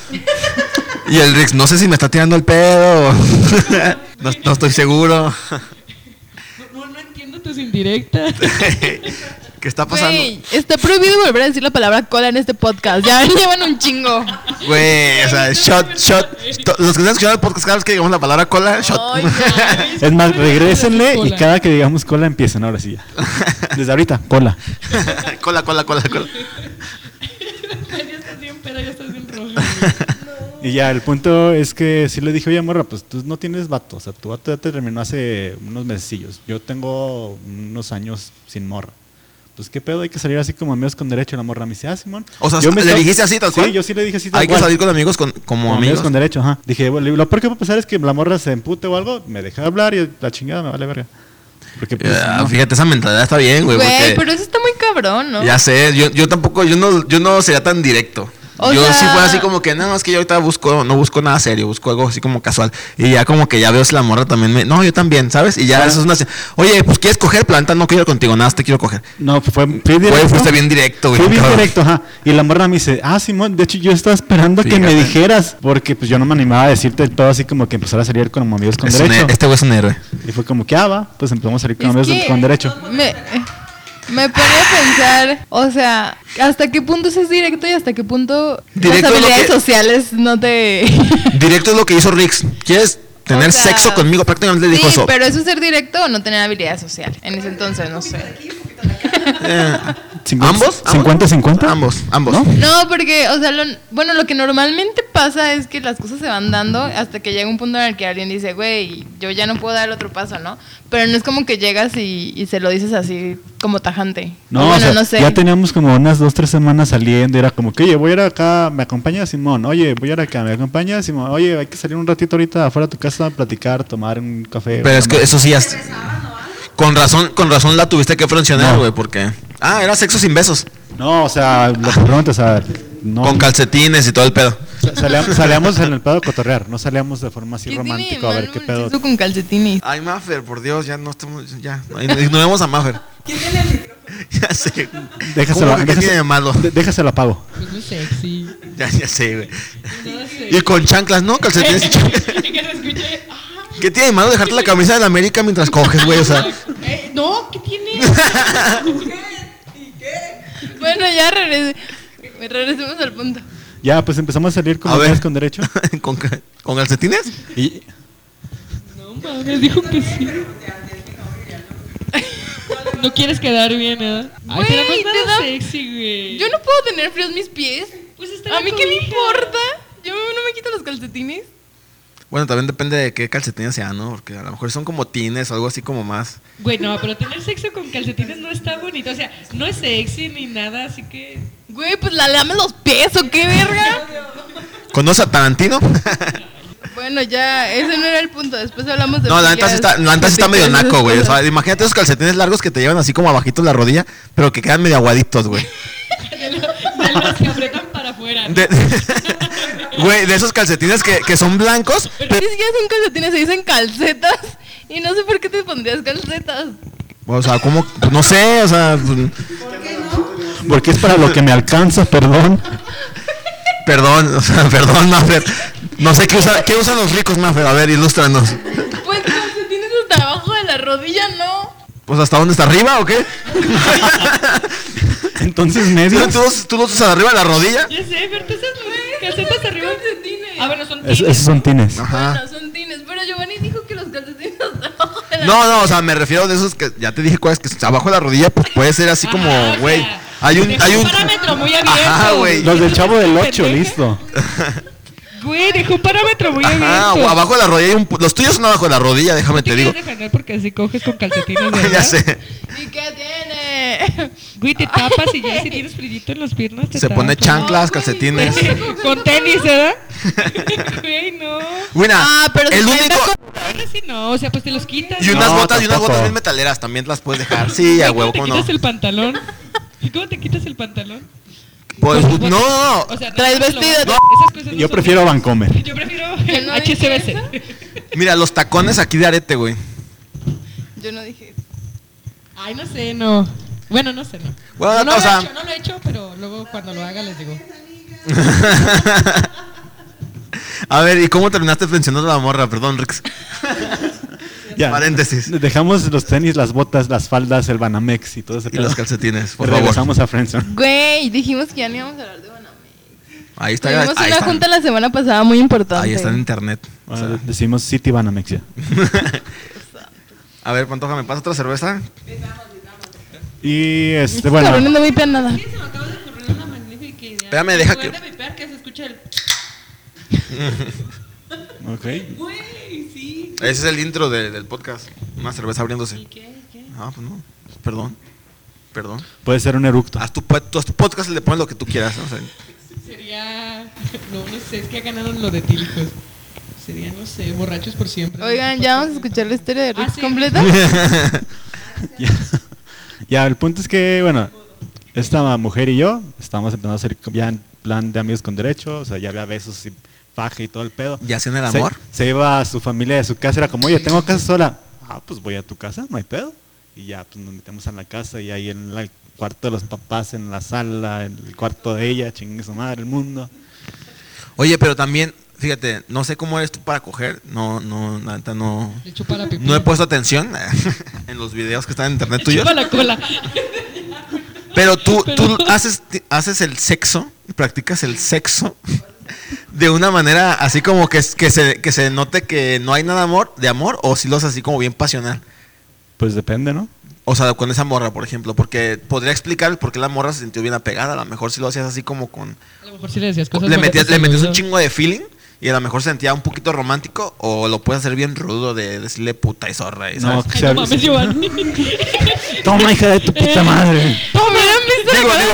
Speaker 2: Y el Rix, no sé si me está tirando el pedo. no, no estoy seguro.
Speaker 4: No, no entiendo tus indirectas.
Speaker 2: ¿Qué está pasando?
Speaker 3: Güey, está prohibido volver a decir la palabra cola en este podcast. Ya llevan un chingo.
Speaker 2: Güey, o sea, shot, shot. To- Los que están escuchando el podcast, cada vez que digamos la palabra cola, shot.
Speaker 3: Ay, no.
Speaker 1: Es más, regrésenle y cada que digamos cola empiecen, ahora sí ya. Desde ahorita, cola.
Speaker 2: cola, cola, cola, cola.
Speaker 4: ya estás bien pedo, ya estás bien rojo.
Speaker 1: Y ya, el punto es que sí le dije, oye, morra, pues tú no tienes vato. O sea, tu vato ya te terminó hace unos mesecillos. Yo tengo unos años sin morra. Pues qué pedo, hay que salir así como amigos con derecho. La morra me dice, ah, Simón.
Speaker 2: O sea,
Speaker 1: Yo me
Speaker 2: ¿le
Speaker 1: estaba-
Speaker 2: dijiste así tal cual?
Speaker 1: Sí, yo sí le dije así tal
Speaker 2: Hay que
Speaker 1: cual.
Speaker 2: salir con amigos con- como
Speaker 1: Como amigos
Speaker 2: amigos.
Speaker 1: con derecho, ajá. Dije, bueno, lo peor que puede pasar es que la morra se empute o algo, me deja hablar y la chingada me vale verga. Porque pues,
Speaker 2: Ya,
Speaker 1: no.
Speaker 2: Fíjate, esa mentalidad está bien, güey.
Speaker 3: Güey,
Speaker 2: porque
Speaker 3: pero eso está muy cabrón, ¿no?
Speaker 2: Ya sé, yo, yo tampoco, yo no, yo no sería tan directo.
Speaker 3: O
Speaker 2: yo
Speaker 3: sea-
Speaker 2: sí fue así como que, no, es que yo ahorita busco, no busco nada serio, busco algo así como casual. Y ya como que ya veo si la morra también me, no, yo también, ¿sabes? Y ya eso es una, se- oye, pues quieres coger planta, no quiero ir contigo, nada, más te quiero coger.
Speaker 1: No, fue, fui
Speaker 2: Güey,
Speaker 1: directo.
Speaker 2: fuiste bien directo, güey.
Speaker 1: Fui bien
Speaker 2: cabrón.
Speaker 1: directo, ajá. Y la morra me dice, ah, Simón, de hecho yo estaba esperando que me
Speaker 2: Fíjate.
Speaker 1: dijeras, porque pues yo no me animaba a decirte el pedo así como que empezar a salir con amigos con
Speaker 2: Es un
Speaker 1: derecho.
Speaker 2: he- este güey es un héroe.
Speaker 1: Y fue como que, ah, va, pues empezamos a salir con
Speaker 3: Es
Speaker 1: amigos
Speaker 3: que
Speaker 1: con derecho.
Speaker 3: Me, me pone a pensar, o sea, hasta qué punto eso es directo y hasta qué punto
Speaker 2: Directo es
Speaker 3: las
Speaker 2: lo
Speaker 3: habilidades
Speaker 2: que-
Speaker 3: sociales no te.
Speaker 2: Directo es lo que hizo Rix. ¿Quieres tener
Speaker 3: O sea,
Speaker 2: sexo conmigo? Prácticamente le dijo
Speaker 3: sí,
Speaker 2: eso.
Speaker 3: pero eso es ser directo o no tener habilidades sociales. En ese entonces, no sé.
Speaker 2: Eh, ¿Ambos?
Speaker 1: ¿Ambos? ¿50-50?
Speaker 2: Ambos, ambos.
Speaker 1: ¿No?
Speaker 3: No, porque, o sea, lo, bueno, lo que normalmente pasa es que las cosas se van dando hasta que llega un punto en el que alguien dice, güey, yo ya no puedo dar el otro paso, ¿no? Pero no es como que llegas y, y se lo dices así como tajante.
Speaker 1: No,
Speaker 3: O bueno,
Speaker 1: o sea,
Speaker 3: no sé.
Speaker 1: ya teníamos como unas dos, tres semanas saliendo. y Era como que, oye, voy a ir acá, me acompaña Simón. Oye, voy a ir acá, me acompaña Simón. Oye, hay que salir un ratito ahorita afuera de tu casa a platicar, tomar un café.
Speaker 2: Pero es que eso sí ya. Con razón, con razón la tuviste que funcionar,
Speaker 1: No.
Speaker 2: güey, porque. Ah, era sexo sin besos.
Speaker 1: No, o sea, lo que pregunto, o sea, no.
Speaker 2: Con calcetines y todo el pedo.
Speaker 1: sa- salíamos, salíamos en el pedo a cotorrear, no salíamos de forma
Speaker 3: ¿Qué
Speaker 1: así
Speaker 3: tiene de
Speaker 1: romántica a ver
Speaker 3: malo
Speaker 1: qué
Speaker 3: el
Speaker 1: pedo.
Speaker 3: sexo con calcetines.
Speaker 2: Ay, Maffer, por Dios, ya no estamos. Ya, ignoremos a Maffer. Ya sé.
Speaker 1: Déjaselo,
Speaker 2: ¿Cómo que
Speaker 1: déjase-
Speaker 2: tiene de malo?
Speaker 1: de- déjaselo apago.
Speaker 4: Pues Es muy sexy.
Speaker 2: Ya, ya sé, güey.
Speaker 4: No sé.
Speaker 2: Y con chanclas, ¿no? Calcetines y chanclas.
Speaker 4: que se escuche. ah,
Speaker 2: ¿Qué tiene de malo dejarte la camisa de la América mientras coges, güey? O sea.
Speaker 4: eh, no, ¿qué tiene?
Speaker 3: Bueno, ya regresé. regresemos al punto.
Speaker 1: Ya, pues empezamos a salir como
Speaker 2: A ver.
Speaker 1: amigos con derecho.
Speaker 2: ¿Con, ca- ¿Con calcetines?
Speaker 1: Y
Speaker 4: No mames, dijo que sí. No quieres quedar bien, ¿eh? Ay,
Speaker 3: Güey,
Speaker 4: pero no es
Speaker 3: te
Speaker 4: nada
Speaker 3: da-
Speaker 4: sexy, güey.
Speaker 3: Yo no puedo tener fríos mis pies.
Speaker 4: Pues está
Speaker 3: ¿A
Speaker 4: la
Speaker 3: mí qué me
Speaker 4: cobija.
Speaker 3: importa? Yo no me quito los calcetines.
Speaker 2: Bueno, también depende de qué calcetines sean, ¿no? Porque a lo mejor son como tines o algo así como más.
Speaker 4: Güey, no, pero tener sexo con calcetines no está bonito. O sea, no es sexy ni nada, así que.
Speaker 3: Güey, pues la lames los pies o qué verga.
Speaker 2: ¿Conoce a Tarantino?
Speaker 3: bueno, ya, ese no era el punto. Después hablamos de.
Speaker 2: No, la neta sí
Speaker 3: sillas,
Speaker 2: está, la neta sí está medio
Speaker 3: de esas
Speaker 2: naco, güey. O sea,
Speaker 3: cosas.
Speaker 2: imagínate esos calcetines largos que te llevan así como abajito de la rodilla, pero que quedan medio aguaditos, güey.
Speaker 4: De los, de los que apretan para afuera. ¿no?
Speaker 2: De- Güey, de, esos calcetines que, que son blancos,
Speaker 3: Ni
Speaker 2: pero...
Speaker 3: siquiera son calcetines, se dicen calcetas. Y no sé por qué te pondrías calcetas.
Speaker 2: O sea, como... No sé, o sea... pues,
Speaker 1: porque es para lo que me alcanza, perdón.
Speaker 2: Perdón, o sea, perdón, Maffer. No sé qué, usa- qué usan los ricos, Maffer. A ver, ilústranos.
Speaker 3: Pues calcetines hasta abajo de la rodilla, no.
Speaker 2: Pues, ¿hasta dónde? ¿Está arriba o qué?
Speaker 1: Entonces, medio.
Speaker 2: ¿Tú, los- tú los usas arriba de la rodilla?
Speaker 4: Ya sé, pero tú esas
Speaker 3: Pues
Speaker 4: calcetas arriba.
Speaker 3: Calcetines.
Speaker 4: Ah, bueno, son
Speaker 1: Es-
Speaker 4: tines.
Speaker 1: esos son tines.
Speaker 2: Ajá.
Speaker 3: Bueno, son tines, pero Giovanni dijo que los calcetines hasta abajo de la
Speaker 2: No, no, o sea, me refiero de esos que ya te dije cuáles que abajo de la rodilla pues, puede ser así como,
Speaker 3: Ah,
Speaker 4: Ajá, o sea,
Speaker 2: güey, hay un
Speaker 4: dejó
Speaker 2: hay un
Speaker 4: parámetro muy abierto.
Speaker 2: Ajá, güey.
Speaker 1: Los del chavo del 8,
Speaker 4: Pendeja.
Speaker 1: listo.
Speaker 4: Güey, dejó un parámetro muy este.
Speaker 2: Ajá,
Speaker 4: abierto.
Speaker 2: o abajo de la rodilla hay un pu- los tuyos son abajo de la rodilla, déjame te digo.
Speaker 4: quieres defender porque si coges con calcetines, ¿verdad?
Speaker 2: ya sé.
Speaker 3: ¿Y qué tiene?
Speaker 4: Güey, te tapas y ya si tienes frillito en las piernas, te
Speaker 2: Se pone
Speaker 4: tapas.
Speaker 2: chanclas,
Speaker 3: No, güey.
Speaker 2: calcetines.
Speaker 4: Con tenis, ¿verdad? Güey, no.
Speaker 2: Buena.
Speaker 3: Ah, pero
Speaker 2: el
Speaker 3: se
Speaker 2: único
Speaker 4: Ahora sí no, o sea, pues te los quitas.
Speaker 2: y
Speaker 4: ¿no?
Speaker 2: unas
Speaker 1: No,
Speaker 2: botas y unas
Speaker 1: tampoco.
Speaker 2: botas bien metaleras también las puedes dejar. Sí, a
Speaker 4: Güey,
Speaker 2: huevo,
Speaker 4: ¿Cómo
Speaker 2: ¿cómo
Speaker 4: te
Speaker 2: no?
Speaker 4: quitas el pantalón? ¿Cómo te quitas el pantalón?
Speaker 2: Pues,
Speaker 4: Con tus
Speaker 2: no,
Speaker 4: botas.
Speaker 2: no, no.
Speaker 4: O sea, no,
Speaker 3: Traes
Speaker 4: no,
Speaker 3: vestido.
Speaker 4: no, esas cosas no
Speaker 1: Yo
Speaker 4: son-
Speaker 1: prefiero Vancomer.
Speaker 4: Yo prefiero
Speaker 3: Que no dije
Speaker 4: HCBC.
Speaker 2: Mira, los tacones aquí de arete, güey.
Speaker 3: Yo no dije
Speaker 4: Ay, no sé, no. Bueno, no sé, no.
Speaker 2: Bueno,
Speaker 4: no, no
Speaker 2: o
Speaker 4: lo
Speaker 2: sea-
Speaker 4: he hecho, no lo he hecho, pero luego cuando lo haga les digo.
Speaker 2: A ver, ¿y cómo terminaste mencionando a la morra? Perdón, Rix.
Speaker 1: Ya.
Speaker 2: Paréntesis.
Speaker 1: Dejamos los tenis, las botas, las faldas, el Banamex y todo ese
Speaker 2: Y
Speaker 1: pedo.
Speaker 2: los calcetines, por favor.
Speaker 1: Regresamos a Friendzone.
Speaker 3: Güey, dijimos que ya no íbamos a hablar de Banamex.
Speaker 2: Ahí está.
Speaker 3: Tuvimos
Speaker 2: ahí
Speaker 3: una
Speaker 2: está.
Speaker 3: junta la semana pasada muy importante.
Speaker 2: Ahí está en internet. o sea.
Speaker 1: Bueno, Ah, decimos City Banamex ya.
Speaker 2: a ver, Pantoja, ¿me pasa otra cerveza?
Speaker 1: Y este,
Speaker 3: Estos
Speaker 1: bueno.
Speaker 3: cabrones no vipean nada.
Speaker 4: Se me acaba de ocurrir una magnífica idea.
Speaker 2: Espérame, deja En lugar que-
Speaker 4: que se escuche el...
Speaker 1: Ok.
Speaker 4: Güey, sí.
Speaker 2: Ese es el intro de- del podcast. Una cerveza abriéndose.
Speaker 4: ¿Qué? ¿Qué?
Speaker 2: Ah, pues no. Perdón. Perdón.
Speaker 1: Puede ser un eructo.
Speaker 2: Haz tu, pod- tú haz tu podcast y le pones lo que tú quieras. ¿no? O sea,
Speaker 4: Sería... No, no sé, es que ganaron lo de tílicos. Sería, no sé, borrachos por siempre.
Speaker 3: Oigan, ya vamos a escuchar la historia de Rix
Speaker 4: sí.
Speaker 3: completa.
Speaker 1: ya. Ya, el punto es que, bueno, esta mujer y yo estábamos empezando a salir co- ya plan de amigos con derecho, o sea, ya había besos y faje y todo el pedo.
Speaker 2: ¿Y hacían el amor?
Speaker 1: Se, se iba a su familia de su casa, era como, oye, tengo casa sola. Ah, pues voy a tu casa, no hay pedo. Y ya pues, nos metemos en la casa y ahí en la- el cuarto de los papás, en la sala, en el cuarto de ella, chingue su madre, el mundo.
Speaker 2: Oye, pero también, fíjate, no sé cómo eres tú para coger. No, no, la neta no.
Speaker 4: Le chupa la pipí.
Speaker 2: No he puesto atención en los videos que están en internet tuyos.
Speaker 4: Chupa la cola.
Speaker 2: Pero tú, tú
Speaker 4: Pero-
Speaker 2: haces, ti- haces el sexo, practicas el sexo de una manera así como que, es- que, se, que se note que no hay nada amor, de amor, o si lo haces así como bien pasional.
Speaker 1: Pues depende, ¿no?
Speaker 2: O sea, con esa morra, por ejemplo, porque podría explicar por qué la morra se sintió bien apegada. A lo mejor si lo hacías así como con...
Speaker 4: A lo mejor sí le decías cosas
Speaker 2: Le metías,
Speaker 4: bonitas
Speaker 2: le
Speaker 4: al
Speaker 2: metías un
Speaker 4: oído.
Speaker 2: chingo de feeling y a lo mejor sentía un poquito romántico o lo puedes hacer bien rudo de decirle puta y zorra. Y, ¿sabes?
Speaker 1: No,
Speaker 4: Ay, no mames, Giovanni.
Speaker 1: Toma, hija de tu puta madre.
Speaker 2: Digo, digo,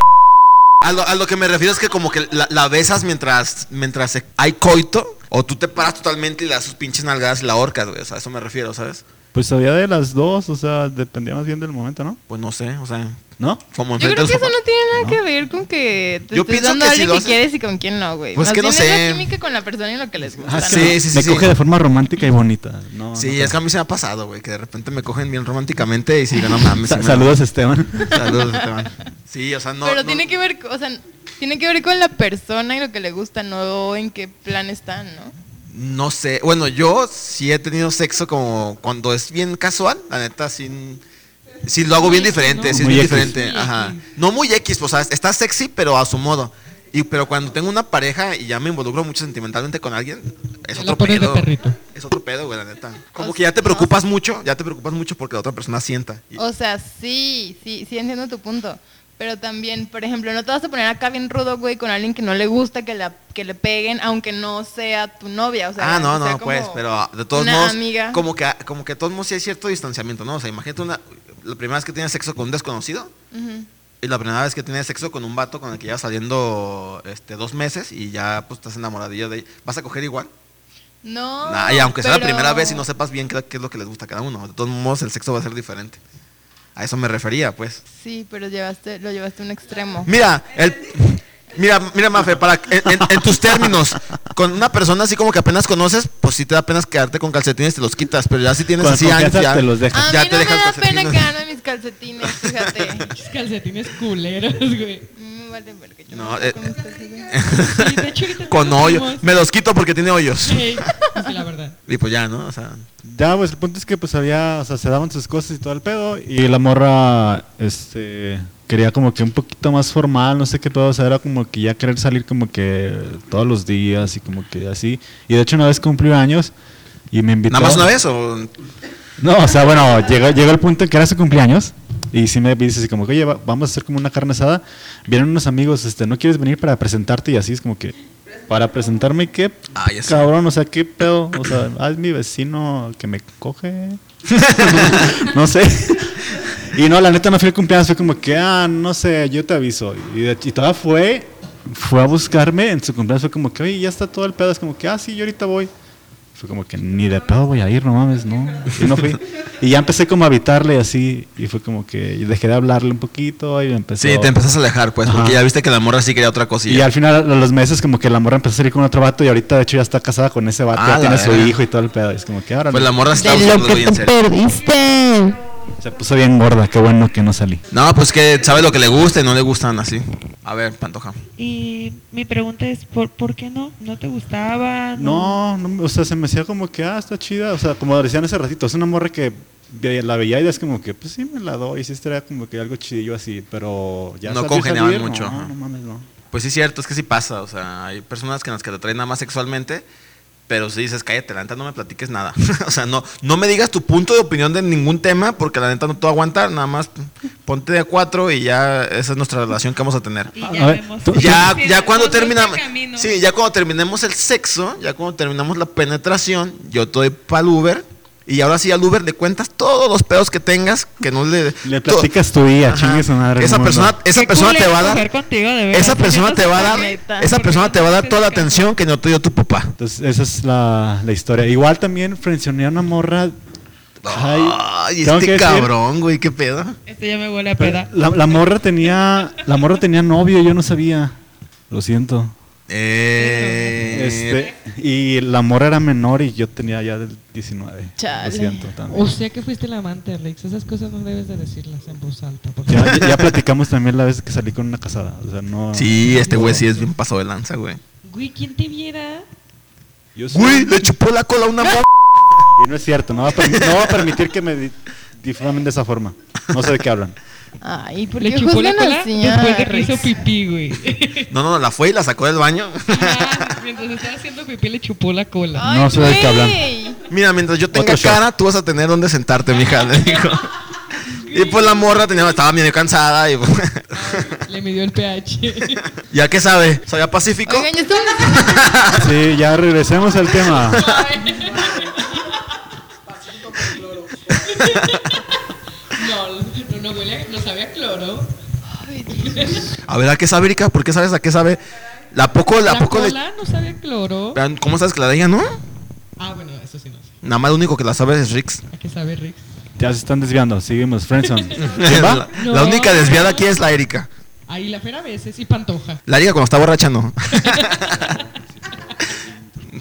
Speaker 2: a, lo, a lo que me refiero es que como que la, la besas mientras, mientras se- hay coito o tú te paras totalmente y le das sus pinches nalgadas y la horcas, güey. O sea, a eso me refiero, ¿sabes?
Speaker 1: Pues había de las dos, o sea, dependía más bien del momento, ¿no?
Speaker 2: Pues no sé, o sea,
Speaker 1: ¿No?
Speaker 2: como
Speaker 3: Yo
Speaker 2: enfrente
Speaker 3: creo
Speaker 2: de
Speaker 3: que
Speaker 2: su
Speaker 3: eso
Speaker 2: papá.
Speaker 3: no tiene nada que ver con que te
Speaker 2: Yo
Speaker 3: estés
Speaker 2: pienso
Speaker 3: dando
Speaker 2: que
Speaker 3: a
Speaker 2: si
Speaker 3: alguien
Speaker 2: lo
Speaker 3: que
Speaker 2: haces-
Speaker 3: quieres y con quién no, güey.
Speaker 2: Pues
Speaker 3: Más
Speaker 2: que no
Speaker 3: bien Es
Speaker 2: sé.
Speaker 3: la química con la persona y lo que les gusta.
Speaker 2: Ah,
Speaker 3: ¿no?
Speaker 2: sí, sí, sí,
Speaker 1: Me
Speaker 2: sí.
Speaker 1: coge de forma romántica y bonita. No,
Speaker 2: Sí,
Speaker 1: no,
Speaker 2: es que a mí se me ha pasado, güey, que de repente me cogen bien románticamente y si digo, no mames.
Speaker 1: Sa-
Speaker 2: sí me-
Speaker 1: Saludos, Esteban.
Speaker 2: Saludos, Esteban. Sí, o sea, no.
Speaker 3: Pero
Speaker 2: no-
Speaker 3: tiene que ver, o sea, tiene que ver con la persona y lo que le gusta, no en qué plan están, ¿no?
Speaker 2: No sé. Bueno, yo sí he tenido sexo como cuando es bien casual, la neta, sin. Sí, lo hago bien diferente, sí es
Speaker 1: Muy
Speaker 2: bien
Speaker 1: X.
Speaker 2: diferente. Ajá. No muy X, pues, o sea, está sexy, pero a su modo. Y, pero cuando tengo una pareja y ya me involucro mucho sentimentalmente con alguien, es
Speaker 4: Ya
Speaker 2: otro
Speaker 4: la pones de
Speaker 2: pedo.
Speaker 4: perrito.
Speaker 2: Es otro pedo, güey, la neta. Como
Speaker 3: O
Speaker 2: que ya te
Speaker 3: sea,
Speaker 2: preocupas mucho, ya te preocupas mucho porque la otra persona sienta. Y-
Speaker 3: O sea, sí, sí, sí entiendo tu punto. Pero también, por ejemplo, no te vas a poner acá bien rudo, güey, con alguien que no le gusta que, la, que le peguen, aunque no sea tu novia. O sea,
Speaker 2: ah, no,
Speaker 3: que sea
Speaker 2: no,
Speaker 3: como
Speaker 2: pues, pero de todos
Speaker 3: una
Speaker 2: modos,
Speaker 3: amiga.
Speaker 2: como que como que de todos modos sí hay cierto distanciamiento, ¿no? O sea, imagínate una, la primera vez que tienes sexo con un desconocido
Speaker 3: Ujú.
Speaker 2: y la primera vez que tienes sexo con un vato con el que llevas saliendo este, dos meses y ya pues estás enamoradillo de ¿Vas a coger igual?
Speaker 3: No.
Speaker 2: Nah, y aunque sea la
Speaker 3: Oh, pero-
Speaker 2: primera vez y no sepas bien qué, qué es lo que les gusta a cada uno, de todos modos el sexo va a ser diferente. A eso me refería, pues.
Speaker 3: Sí, pero llevaste, lo llevaste a un extremo.
Speaker 2: Mira, el, mira, mira, Mafe, para, en, en- en tus términos, con una persona así como que apenas conoces, pues sí te da pena quedarte con calcetines, te los quitas, pero ya si tienes
Speaker 1: Con
Speaker 2: así años,
Speaker 1: confianza
Speaker 2: ya
Speaker 1: te los dejas.
Speaker 3: A
Speaker 2: ya
Speaker 3: mí
Speaker 2: te
Speaker 3: no me
Speaker 2: dejas
Speaker 3: da pena
Speaker 2: calcetines.
Speaker 3: quedarme mis calcetines, fíjate.
Speaker 4: Pinches calcetines culeros, güey.
Speaker 3: Mm, vale, verga, yo
Speaker 2: No,
Speaker 3: no ando
Speaker 2: eh,
Speaker 3: con mis calcetines.
Speaker 4: Sí, de hecho, ahorita
Speaker 2: Con
Speaker 4: tenemos-
Speaker 2: hoyos. Me los quito porque tiene hoyos.
Speaker 4: Sí, sí, la verdad.
Speaker 2: Y pues ya, ¿no? O sea,
Speaker 1: Ya, pues el punto es que pues había, o sea, se daban sus cosas y todo el pedo. Y la morra, este, quería como que un poquito más formal, no sé qué pedo. O sea, era como que ya querer salir como que todos los días y como que así. Y de hecho una vez cumplió años y me invitó.
Speaker 2: ¿nada más una vez o...?
Speaker 1: No, o sea, bueno, llegó, llegó el punto en que era su cumpleaños y sí me dices así como que, oye, va- vamos a hacer como una carne asada. Vienen unos amigos, este, ¿no quieres venir para presentarte? Y así es como que, ¿para presentarme qué?
Speaker 2: Ah, ya sé.
Speaker 1: Cabrón, o sea, ¿qué pedo? O sea, ah, es mi vecino que me coge. no sé. Y no, la neta no fue el cumpleaños, fue como que, ah, no sé, yo te aviso. Y, de, y todavía fue, fue a buscarme en su cumpleaños, fue como que, oye, ya está todo el pedo. Es como que, ah, sí, yo ahorita voy. Fue como que ni de pedo voy a ir, no mames, no. Y no fui. Y ya empecé como a evitarle así. Y fue como que dejé de hablarle un poquito y empecé.
Speaker 2: Sí, te empezas a alejar, pues, porque
Speaker 1: Ajá.
Speaker 2: ya viste que la morra sí quería otra
Speaker 1: Y
Speaker 2: cosilla.
Speaker 1: al final, a los meses, como que la morra empezó a salir con otro vato. Y ahorita, de hecho, ya está casada con ese vato.
Speaker 2: Ah,
Speaker 1: ya
Speaker 2: la
Speaker 1: tiene su
Speaker 2: verga.
Speaker 1: hijo y todo el pedo. Y es como que ahora
Speaker 2: Pues la morra está
Speaker 3: De lo
Speaker 2: usando
Speaker 3: que
Speaker 2: bien
Speaker 3: te
Speaker 2: serio.
Speaker 3: perdiste.
Speaker 1: se puso bien gorda. Qué bueno que no salí.
Speaker 2: No, pues que sabe lo que le gusta y no le gustan así. A ver, Pantoja.
Speaker 6: Y mi pregunta es, ¿por, por qué no? ¿No te gustaba?
Speaker 1: No, no, o sea, se me hacía como que, ah, está chida. O sea, como decían hace ratito, es una morra que ve- la veía y es como que, pues sí, me la doy. Sí, estaría como que algo chidillo así, pero ya
Speaker 2: No
Speaker 1: salir,
Speaker 2: congeniaban
Speaker 1: salir,
Speaker 2: mucho,
Speaker 1: No,
Speaker 2: ajá.
Speaker 1: no mames, no.
Speaker 2: Pues sí, cierto, es que sí pasa. O sea, hay personas que en las que te traen nada más sexualmente, pero si dices, cállate, la neta no me platiques nada. o sea, no, no me digas tu punto de opinión de ningún tema, porque la neta no te va a aguantar. Nada más ponte de a cuatro y ya esa es nuestra relación que vamos a tener.
Speaker 6: Y
Speaker 1: A
Speaker 6: ya
Speaker 1: ver,
Speaker 6: vemos.
Speaker 1: tú- tú-
Speaker 2: Ya,
Speaker 6: Sí,
Speaker 2: ya cuando
Speaker 6: otro
Speaker 2: terminamos,
Speaker 6: camino.
Speaker 2: sí, ya cuando terminemos el sexo, ya cuando terminamos la penetración, yo te doy para Uber. Y ahora sí al Uber le cuentas todos los pedos que tengas, que no le...
Speaker 1: Le
Speaker 2: to-
Speaker 1: platicas tu día,
Speaker 2: Ajá.
Speaker 1: chingue su madre.
Speaker 2: Esa
Speaker 1: no,
Speaker 2: persona,
Speaker 1: no.
Speaker 2: esa
Speaker 6: Qué
Speaker 2: persona te
Speaker 6: culero
Speaker 2: va a dar
Speaker 6: coger contigo, de veras.
Speaker 2: esa
Speaker 6: Porque
Speaker 2: persona
Speaker 6: no
Speaker 2: te va a
Speaker 6: se
Speaker 2: dar,
Speaker 3: neta.
Speaker 2: esa
Speaker 6: Porque
Speaker 2: persona
Speaker 6: no
Speaker 2: te va a
Speaker 6: se
Speaker 2: dar toda la
Speaker 6: acerca.
Speaker 2: atención que no te dio tu papá.
Speaker 1: Entonces, esa es la, la historia. Igual también frencioné a una morra. Ay,
Speaker 2: Ay,
Speaker 1: tengo que
Speaker 2: este
Speaker 1: decir-
Speaker 2: cabrón, güey, qué pedo.
Speaker 6: Esto ya me huele a peda.
Speaker 1: La, la morra tenía, la morra tenía novio, yo no sabía. Lo siento.
Speaker 2: Eh,
Speaker 1: Este, y la morra era menor y yo tenía ya del 19.
Speaker 3: Chale.
Speaker 1: Lo siento también.
Speaker 4: O sea que fuiste el amante, Alex. Esas cosas no debes de decirlas en voz alta. por favor.
Speaker 1: Ya, ya platicamos también la vez que salí con una casada. O sea, no.
Speaker 2: Sí, este güey sí es bien pasado de lanza, güey.
Speaker 4: Güey, ¿quién te viera?
Speaker 1: Yo soy-
Speaker 2: Güey, le chupó la cola a una morra.
Speaker 1: Y no es cierto, no va a, permi- no va a permitir que me di- difamen de esa forma. No sé de qué hablan.
Speaker 3: Ay, ¿por
Speaker 4: Le
Speaker 3: qué
Speaker 4: chupó la
Speaker 3: juzgan
Speaker 4: cola
Speaker 3: así?
Speaker 4: después de
Speaker 3: Ay,
Speaker 4: que hizo pipí, güey.
Speaker 2: No, no, la fue y la sacó del baño.
Speaker 4: Ajá, Mientras estaba haciendo pipí le chupó la cola.
Speaker 1: No sé de qué hablan.
Speaker 3: güey.
Speaker 2: Mira, mientras yo tenga
Speaker 1: Otro shot.
Speaker 2: cara, tú vas a tener donde sentarte, mija, le dijo. Y pues la morra tenía, estaba medio cansada y pues,
Speaker 4: Le midió el pH.
Speaker 2: ¿Ya qué sabe? ¿Sabía pacífico?
Speaker 3: Oigan, ya estamos...
Speaker 1: Sí, ya regresemos al tema.
Speaker 4: No, no, no huele, a- no sabe a cloro.
Speaker 2: A ver, ¿a qué sabe, Erika? ¿Por qué sabes a qué sabe? ¿La poco, la,
Speaker 4: La
Speaker 2: poco le-
Speaker 4: cola no sabe a cloro.
Speaker 2: ¿Cómo sabes que la de ella no?
Speaker 4: Ah, bueno, eso sí no sé.
Speaker 2: Nada más lo único que la sabe es Rix.
Speaker 4: ¿A qué sabe Rix?
Speaker 1: Ya se están desviando. Seguimos. Friendzone. ¿Quién
Speaker 2: La,
Speaker 1: va?
Speaker 4: No.
Speaker 2: la única desviada aquí es la Erika.
Speaker 4: Ahí la fera a veces y pantoja.
Speaker 2: La Erika cuando está borracha no.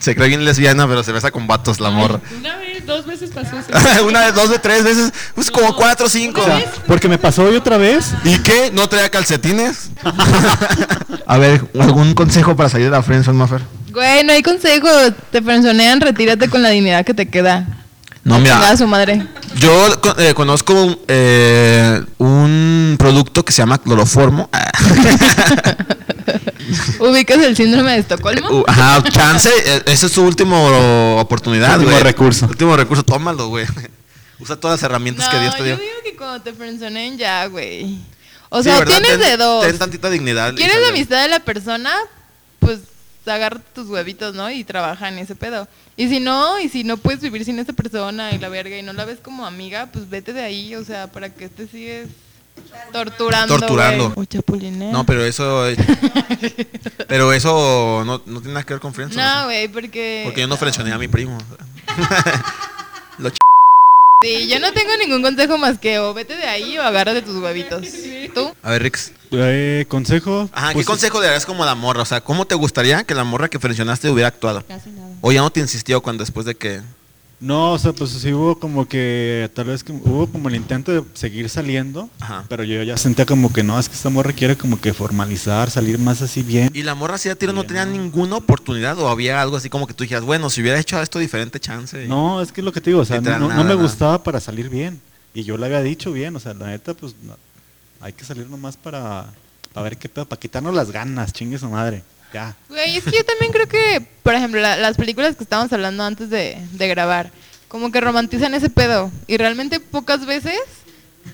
Speaker 2: se cree bien lesbiana, pero se besa con vatos la morra.
Speaker 4: Una vez, dos veces pasó eso.
Speaker 2: Una vez, dos de tres veces, pues como cuatro o cinco.
Speaker 1: O
Speaker 4: Pues,
Speaker 1: sea, porque me pasó hoy otra vez.
Speaker 2: ¿Y qué? ¿No traía calcetines? a ver, ¿algún consejo para salir de la friendzone, Maffer?
Speaker 3: Güey, no hay consejo. Te personean, retírate con la dignidad que te queda.
Speaker 2: No, mira,
Speaker 3: Chingada su madre.
Speaker 2: yo co- eh, conozco eh, un producto que se llama cloroformo.
Speaker 3: ¿Ubicas el síndrome de Estocolmo?
Speaker 2: Uh, Ajá, chance, eh, esa es tu última oportunidad,
Speaker 1: Último
Speaker 2: güey.
Speaker 1: recurso.
Speaker 2: Último recurso, tómalo, güey. Usa todas las herramientas que Dios te
Speaker 3: yo
Speaker 2: dio.
Speaker 3: digo que cuando te frenzonen ya, güey. O
Speaker 2: Sí,
Speaker 3: sea,
Speaker 2: ¿verdad?
Speaker 3: tienes
Speaker 2: Ten-
Speaker 3: de dos.
Speaker 2: Ten tantita dignidad. y
Speaker 3: ¿Quieres
Speaker 2: sale.
Speaker 3: la amistad de la persona? Pues agarra tus huevitos, ¿no? Y trabaja en ese pedo. Y si no, y si no puedes vivir sin esa persona y la verga y no la ves como amiga, pues vete de ahí, o sea, para que te sigues torturando.
Speaker 2: Torturando.
Speaker 3: güey. O chapulinea.
Speaker 2: No, pero eso. eh, pero eso no, no tiene nada que ver con friendzone.
Speaker 3: No, eh, güey, porque.
Speaker 2: Porque yo no frenzoneé a mi primo. Lo ch-
Speaker 3: Sí, yo no tengo ningún consejo más que o vete de ahí o agárrate tus huevitos. ¿Tú?
Speaker 2: A ver, Rix.
Speaker 1: Eh, consejo.
Speaker 2: Ajá, ¿qué
Speaker 1: pues,
Speaker 2: consejo le darías como a la morra? O sea, ¿cómo te gustaría que la morra que frencionaste hubiera actuado?
Speaker 4: Casi nada.
Speaker 2: O ya no te insistió cuando después de que.
Speaker 1: No, o sea, pues sí hubo como que, tal vez que hubo como el intento de seguir saliendo,
Speaker 2: Ajá.
Speaker 1: pero yo ya sentía como que no, es que esta morra quiere como que formalizar, salir más así bien.
Speaker 2: Y la morra si a tiro no tenía ninguna oportunidad o había algo así como que tú dijeras, bueno, si hubiera hecho esto diferente chance.
Speaker 1: No, es que es lo que te digo, o sea, no,
Speaker 2: Literal,
Speaker 1: no- no
Speaker 2: nada,
Speaker 1: me
Speaker 2: nada.
Speaker 1: gustaba para salir bien. Y yo le había dicho bien, o sea, la neta, pues no, hay que salir nomás para, para ver qué pedo, para quitarnos las ganas, chingue su madre. Ya.
Speaker 3: Güey, es que yo también creo que, por ejemplo, la- las películas que estábamos hablando antes de, de grabar, como que romantizan ese pedo. Y realmente pocas veces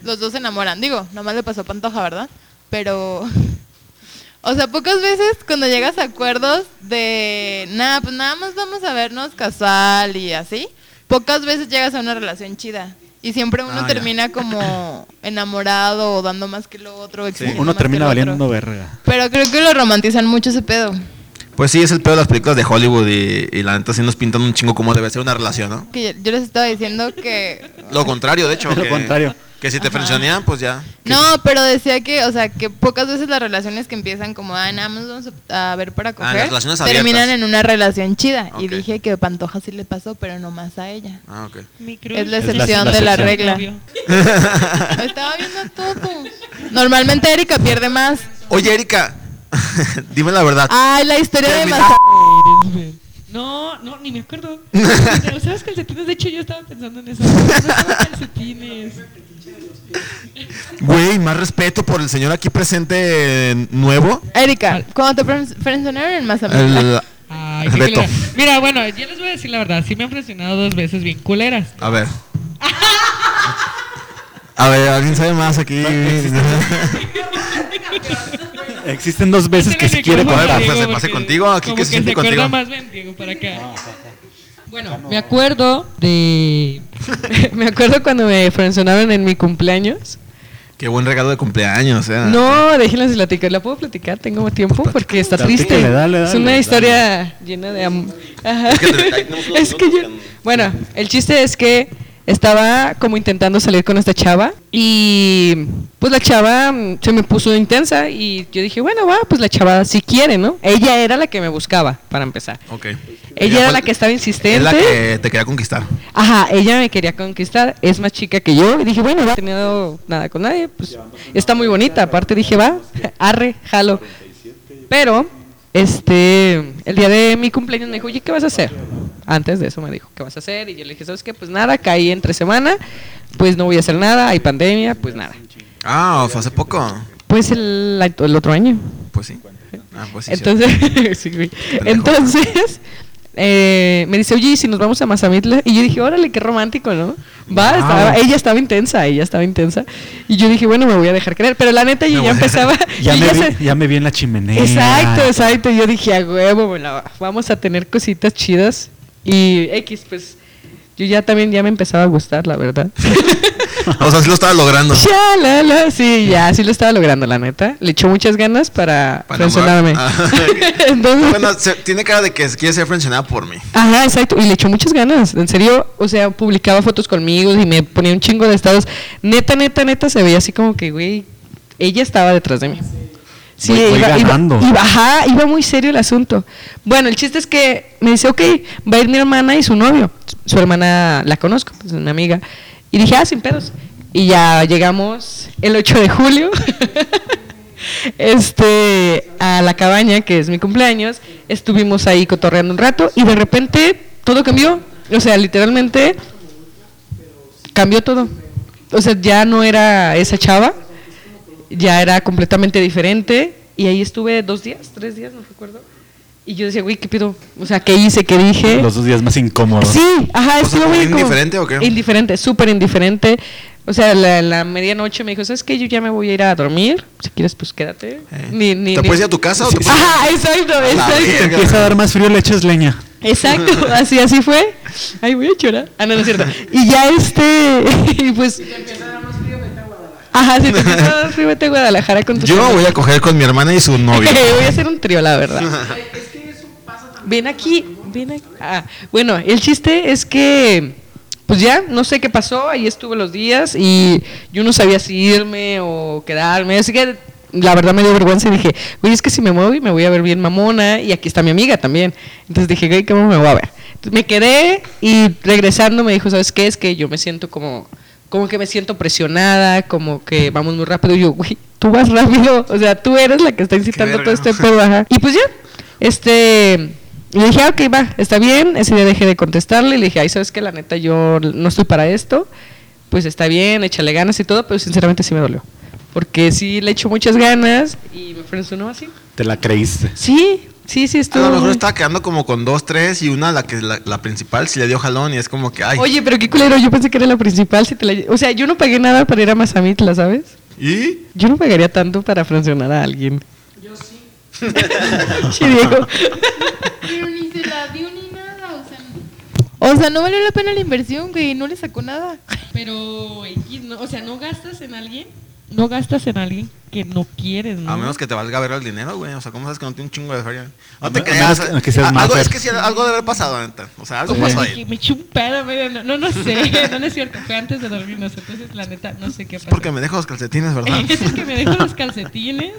Speaker 3: los dos se enamoran. Digo, nomás le pasó a Pantoja, ¿verdad? Pero, o sea, pocas veces cuando llegas a acuerdos de, nada, pues nada más vamos a vernos casual y así, pocas veces llegas a una relación chida. Y siempre uno
Speaker 2: Ah, ya.
Speaker 3: termina como enamorado o dando más que lo otro. exigiendo
Speaker 1: Uno
Speaker 3: más que
Speaker 1: termina
Speaker 3: lo otro.
Speaker 1: valiendo verga.
Speaker 3: Pero creo que lo romantizan mucho ese pedo.
Speaker 2: Pues sí, es el peor de las películas de Hollywood y, y la neta sí nos pintan un chingo cómo debe ser una relación, ¿no?
Speaker 3: Que yo les estaba diciendo que...
Speaker 2: Lo contrario, de hecho.
Speaker 1: Lo
Speaker 2: que-
Speaker 1: contrario.
Speaker 2: Que si te frencionean, pues ya.
Speaker 3: No, pero decía que, o sea, que pocas veces las relaciones que empiezan como, ah, nada más vamos a a ver para coger,
Speaker 2: Ah, las relaciones
Speaker 3: terminan
Speaker 2: abiertas.
Speaker 3: en una relación chida. Y
Speaker 2: Ok.
Speaker 3: dije que Pantoja sí le pasó, pero no más a ella.
Speaker 2: Ah, ok.
Speaker 6: Mi cruz.
Speaker 3: Es la
Speaker 1: Es la-
Speaker 3: excepción
Speaker 1: la
Speaker 3: de la
Speaker 1: excepción.
Speaker 3: regla.
Speaker 6: Novio.
Speaker 3: Lo Estaba viendo todo. Normalmente Erika pierde más.
Speaker 2: Oye, Erika, dime la verdad.
Speaker 4: Ah.
Speaker 3: Ay, la historia de
Speaker 2: Termina-
Speaker 3: Masa.
Speaker 4: Eres ver- No, no, ni me acuerdo. ¿Usabas calcetines? De hecho, yo estaba pensando en eso. No usaba calcetines.
Speaker 2: Güey, más respeto por el señor aquí presente eh, nuevo.
Speaker 3: Erika, cuando te fren- frenzonearon en Mazamitla.
Speaker 2: El-
Speaker 4: Ay, qué
Speaker 2: Reto.
Speaker 4: culera. Mira, bueno, yo les voy a decir la verdad. Sí me han presionado dos veces bien culeras.
Speaker 2: a ver. A ver, alguien sabe más aquí.
Speaker 1: Existen dos veces que se
Speaker 4: Este me
Speaker 1: quiere
Speaker 4: recuerda a
Speaker 1: contar.
Speaker 2: Pues,
Speaker 4: Diego,
Speaker 2: se pase
Speaker 4: porque
Speaker 2: contigo, aquí
Speaker 4: como
Speaker 2: que se siente
Speaker 4: acuerda
Speaker 2: contigo.
Speaker 4: más bien, Diego, para acá. Bueno, me acuerdo de...
Speaker 7: me acuerdo cuando me frenzonaron en mi cumpleaños.
Speaker 2: Qué buen regalo de cumpleaños,
Speaker 1: Ah,
Speaker 2: ¿eh?
Speaker 7: No, déjenlas platicar. ¿La puedo platicar? Tengo tiempo porque está
Speaker 1: Pues, Platícale,
Speaker 7: triste.
Speaker 1: dale, dale,
Speaker 7: es una
Speaker 1: dale.
Speaker 7: historia llena de amor.
Speaker 2: Es que te- ahí tenemos unos
Speaker 7: Es que yo.
Speaker 2: minutos que-
Speaker 7: Bueno, el chiste es que
Speaker 4: estaba como intentando salir con esta chava y pues la chava mm, se me puso intensa y yo dije, bueno, va, pues la chava si quiere, ¿no? Ella era la que me buscaba, para empezar.
Speaker 2: Ok.
Speaker 4: Ella era la que estaba insistente.
Speaker 2: Es la que te quería conquistar.
Speaker 4: Ajá, ella me quería conquistar, es más chica que yo. Y dije, bueno, va, no he tenido nada con nadie, pues está muy bonita. Aparte dije, va, arre, jalo. Pero, este, el día de mi cumpleaños me dijo, oye, ¿qué vas a hacer? Antes de eso me dijo, ¿qué vas a hacer? Y yo le dije, ¿sabes qué? Pues nada, caí entre semana, pues no voy a hacer nada, hay pandemia, pues nada.
Speaker 2: Ah, fue hace poco.
Speaker 4: Pues el, el otro año.
Speaker 2: Pues sí. Ah, pues sí.
Speaker 4: Entonces, sí, güey. Entonces eh, me dice, oye, ¿y si nos vamos a Mazamitla. Y yo dije, órale, qué romántico, ¿no? Va,
Speaker 2: Wow.
Speaker 4: estaba- ella estaba intensa, ella estaba intensa. Y yo dije, bueno, me voy a dejar creer. Pero la neta,
Speaker 2: Me
Speaker 4: yo ya
Speaker 2: voy a-
Speaker 4: empezaba.
Speaker 1: Ya,
Speaker 4: yo
Speaker 1: me
Speaker 4: ya
Speaker 1: vi,
Speaker 4: se-
Speaker 1: ya me vi en la chimenea.
Speaker 4: Exacto, exacto. Yo dije, a huevo, me la- vamos a tener cositas chidas. Y X, pues yo ya también ya me empezaba a gustar, la verdad.
Speaker 2: sí. O sea, sí lo estaba logrando.
Speaker 4: Ya, la, la, sí, ya, sí lo estaba logrando, la neta. Le echó muchas ganas para,
Speaker 2: Para
Speaker 4: frencionarme.
Speaker 2: enamorar. Ah,
Speaker 4: Entonces,
Speaker 2: Bueno, se- tiene cara de que quiere ser frencionada por mí.
Speaker 4: Ajá, exacto. Y le echó muchas ganas. En serio, o sea, publicaba fotos conmigo y me ponía un chingo de estados. Neta, neta, neta, se veía así como que, güey, ella estaba detrás de mí. Sí,
Speaker 1: Voy- voy
Speaker 4: iba, iba-
Speaker 1: ganando.
Speaker 4: iba- ajá, iba muy serio el asunto. Bueno, el chiste es que me dice, ok, va a ir mi hermana y su novio. Su hermana la conozco, pues una amiga. Y dije, ah, sin pedos. Y ya llegamos el 8 de julio. este a la cabaña que es mi cumpleaños estuvimos ahí cotorreando un rato y de repente todo cambió o sea literalmente cambió todo o sea ya no era esa chava ya era completamente diferente y ahí estuve dos días tres días no recuerdo y yo decía güey qué pido o sea qué hice qué dije
Speaker 1: Los dos días más incómodos.
Speaker 4: Sí, ajá,
Speaker 2: O
Speaker 4: estuvo
Speaker 2: sea,
Speaker 4: muy
Speaker 2: ¿también
Speaker 4: incómodo.
Speaker 2: indiferente o qué?
Speaker 4: Indiferente, súper indiferente. O sea, la, la medianoche me dijo, ¿sabes qué? Yo ya me voy a ir a dormir. Si quieres, pues quédate.
Speaker 2: Eh.
Speaker 4: Ni- ni-
Speaker 2: ¿Te
Speaker 4: ni-
Speaker 2: puedes ir a tu casa o te puedes-
Speaker 4: Ajá, exacto,
Speaker 2: la
Speaker 1: Te
Speaker 4: exacto.
Speaker 2: verga.
Speaker 1: empieza a dar más frío, le echas leña.
Speaker 4: Exacto, así, así fue. Ay, voy a llorar. Ah, no, no es cierto. Y ya este, y pues... Ajá, si te empieza a dar frío, vete a Guadalajara con tus
Speaker 2: Yo
Speaker 4: amigos.
Speaker 2: voy a coger con mi hermana y su novio.
Speaker 4: voy a hacer un trío, la verdad. Ven aquí, ven aquí. Ah, bueno, el chiste es que, pues ya, no sé qué pasó, ahí estuve los días y yo no sabía si irme o quedarme, así que la verdad me dio vergüenza y dije, güey, es que si me muevo y me voy a ver bien mamona y aquí está mi amiga también. Entonces dije, güey, ¿cómo me voy a ver? Entonces, me quedé y regresando me dijo, ¿sabes qué? Es que yo me siento como, como que me siento presionada, como que vamos muy rápido. Y yo, güey, tú vas rápido, o sea, tú eres la que está incitando todo
Speaker 2: verga.
Speaker 4: este pedo, ajá. Y pues ya, este. Le dije, ah, ok, va, está bien. Ese día dejé de contestarle. Le dije, ay, sabes que la neta yo no estoy para esto. Pues está bien, échale ganas y todo, pero sinceramente sí me dolió. Porque sí le echo muchas ganas y me frencionó así.
Speaker 1: Te la creíste.
Speaker 4: Sí, sí, sí,
Speaker 2: A
Speaker 4: estuvo.
Speaker 2: lo mejor estaba quedando como con dos, tres y una, la, que, la, la principal, si le dio jalón y es como que, ay.
Speaker 4: Oye, pero qué culero, yo pensé que era la principal. Si te la... O sea, yo no pagué nada para ir a Mazamitla, ¿sabes?
Speaker 2: ¿Y?
Speaker 4: Yo no pagaría tanto para frencionar a alguien. Yo sí. Diego.
Speaker 3: Pero ni se la dio ni nada, o sea. O sea, no valió la pena la inversión, güey, no le sacó nada.
Speaker 8: Pero, X, no, o sea, no gastas en alguien, no gastas en alguien que no quieres, ¿no?
Speaker 2: A menos que te valga ver el dinero, güey. O sea, ¿cómo sabes que no tiene un chingo de feria? No
Speaker 1: A
Speaker 2: te
Speaker 1: me- a menos
Speaker 2: creas. o sea,
Speaker 1: que- que seas
Speaker 2: a-
Speaker 1: más
Speaker 2: algo,
Speaker 1: ver-
Speaker 2: es que sí, algo debe haber pasado, la neta. O sea, algo
Speaker 8: Oye,
Speaker 2: pasó
Speaker 8: me-
Speaker 2: ahí.
Speaker 8: Me eché un pedo, medio- no, no, no sé, no, no es cierto, fue antes de dormirnos, entonces la neta no sé qué
Speaker 2: Es
Speaker 8: pasó.
Speaker 2: porque me dejo los calcetines, ¿verdad?
Speaker 8: Es el que me dejó los calcetines.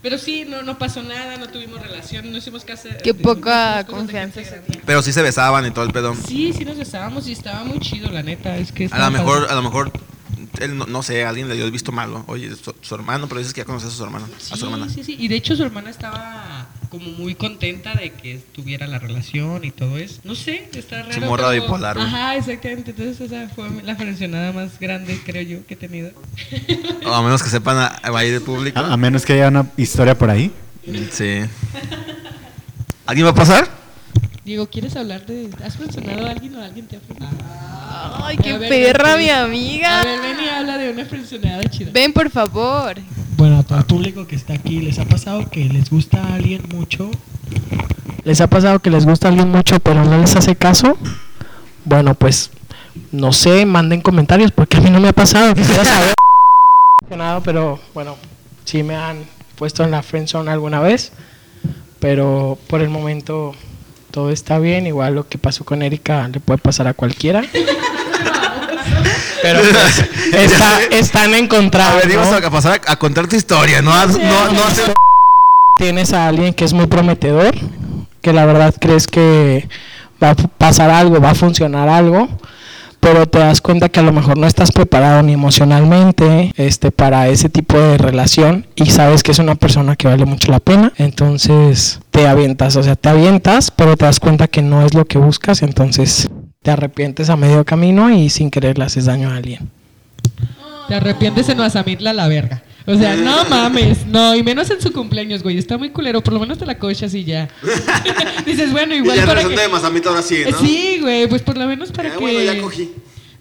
Speaker 8: Pero sí, no, no pasó nada, no tuvimos relación, no hicimos casa.
Speaker 3: Qué poca
Speaker 8: hicimos cosas de
Speaker 3: confianza
Speaker 8: gente
Speaker 3: ese día.
Speaker 2: Pero sí se besaban y todo el pedo.
Speaker 8: grande. Sí, sí nos besábamos y estaba muy chido, la neta. Es que
Speaker 2: A lo
Speaker 8: estaba
Speaker 2: mejor,
Speaker 8: padre.
Speaker 2: a lo mejor, él no, no sé, alguien le dio el visto malo. Oye, su, su hermano, pero dices que ya conoces a su hermano. a su hermana.
Speaker 8: Sí, sí, sí. Y de hecho su hermana estaba como muy contenta de que tuviera la relación y todo eso. No sé, está raro.
Speaker 2: Sí, morra
Speaker 8: pero-
Speaker 2: bipolar, güey.
Speaker 8: Ajá, exactamente. Entonces esa fue la frencionada más grande, creo yo, que he tenido.
Speaker 2: O a menos que sepan a- a- ahí del público.
Speaker 1: A, a menos que haya una historia por ahí.
Speaker 2: Sí. ¿Alguien va a pasar?
Speaker 8: Digo, ¿quieres hablar de... ¿Has frencionado a alguien o alguien te ha frencionado?
Speaker 3: Ay,
Speaker 8: A
Speaker 3: qué
Speaker 8: ver,
Speaker 3: perra,
Speaker 8: ven,
Speaker 3: mi
Speaker 8: ven.
Speaker 3: amiga.
Speaker 8: A ver, ven y habla de una frencionada chida.
Speaker 3: Ven, por favor.
Speaker 9: Bueno, a todo el público que está aquí, ¿les ha pasado que les gusta a alguien mucho? ¿Les ha pasado que les gusta a alguien mucho pero no les hace caso? Bueno, pues no sé, manden comentarios porque a mí no me ha pasado. Quisiera saber. Nada, pero bueno, sí me han puesto en la friendzone alguna vez, pero por el momento todo está bien. Igual lo que pasó con Erika le puede pasar a cualquiera. Pero pues, está- están
Speaker 10: A
Speaker 9: encontrados.
Speaker 10: ver, ibas
Speaker 9: ¿no?
Speaker 10: a pasar a, a contar tu historia, no a, no, no a hacer-
Speaker 9: Tienes a alguien que es muy prometedor, que la verdad crees que va a pasar algo, va a funcionar algo, pero te das cuenta que a lo mejor no estás preparado ni emocionalmente este, para ese tipo de relación y sabes que es una persona que vale mucho la pena, entonces te avientas, o sea, te avientas, pero te das cuenta que no es lo que buscas, entonces te arrepientes a medio camino y sin querer le haces daño a alguien.
Speaker 4: Te arrepientes en Mazamitla la verga. O sea, no mames, no, y menos en su cumpleaños, güey. Está muy culero, por lo menos te la cochas y ya. Dices, bueno, igual para que...
Speaker 10: Mazamita ahora sí,
Speaker 4: Eh, Sí, güey, pues por lo menos para
Speaker 10: Eh,
Speaker 4: que...
Speaker 10: bueno, ya cogí.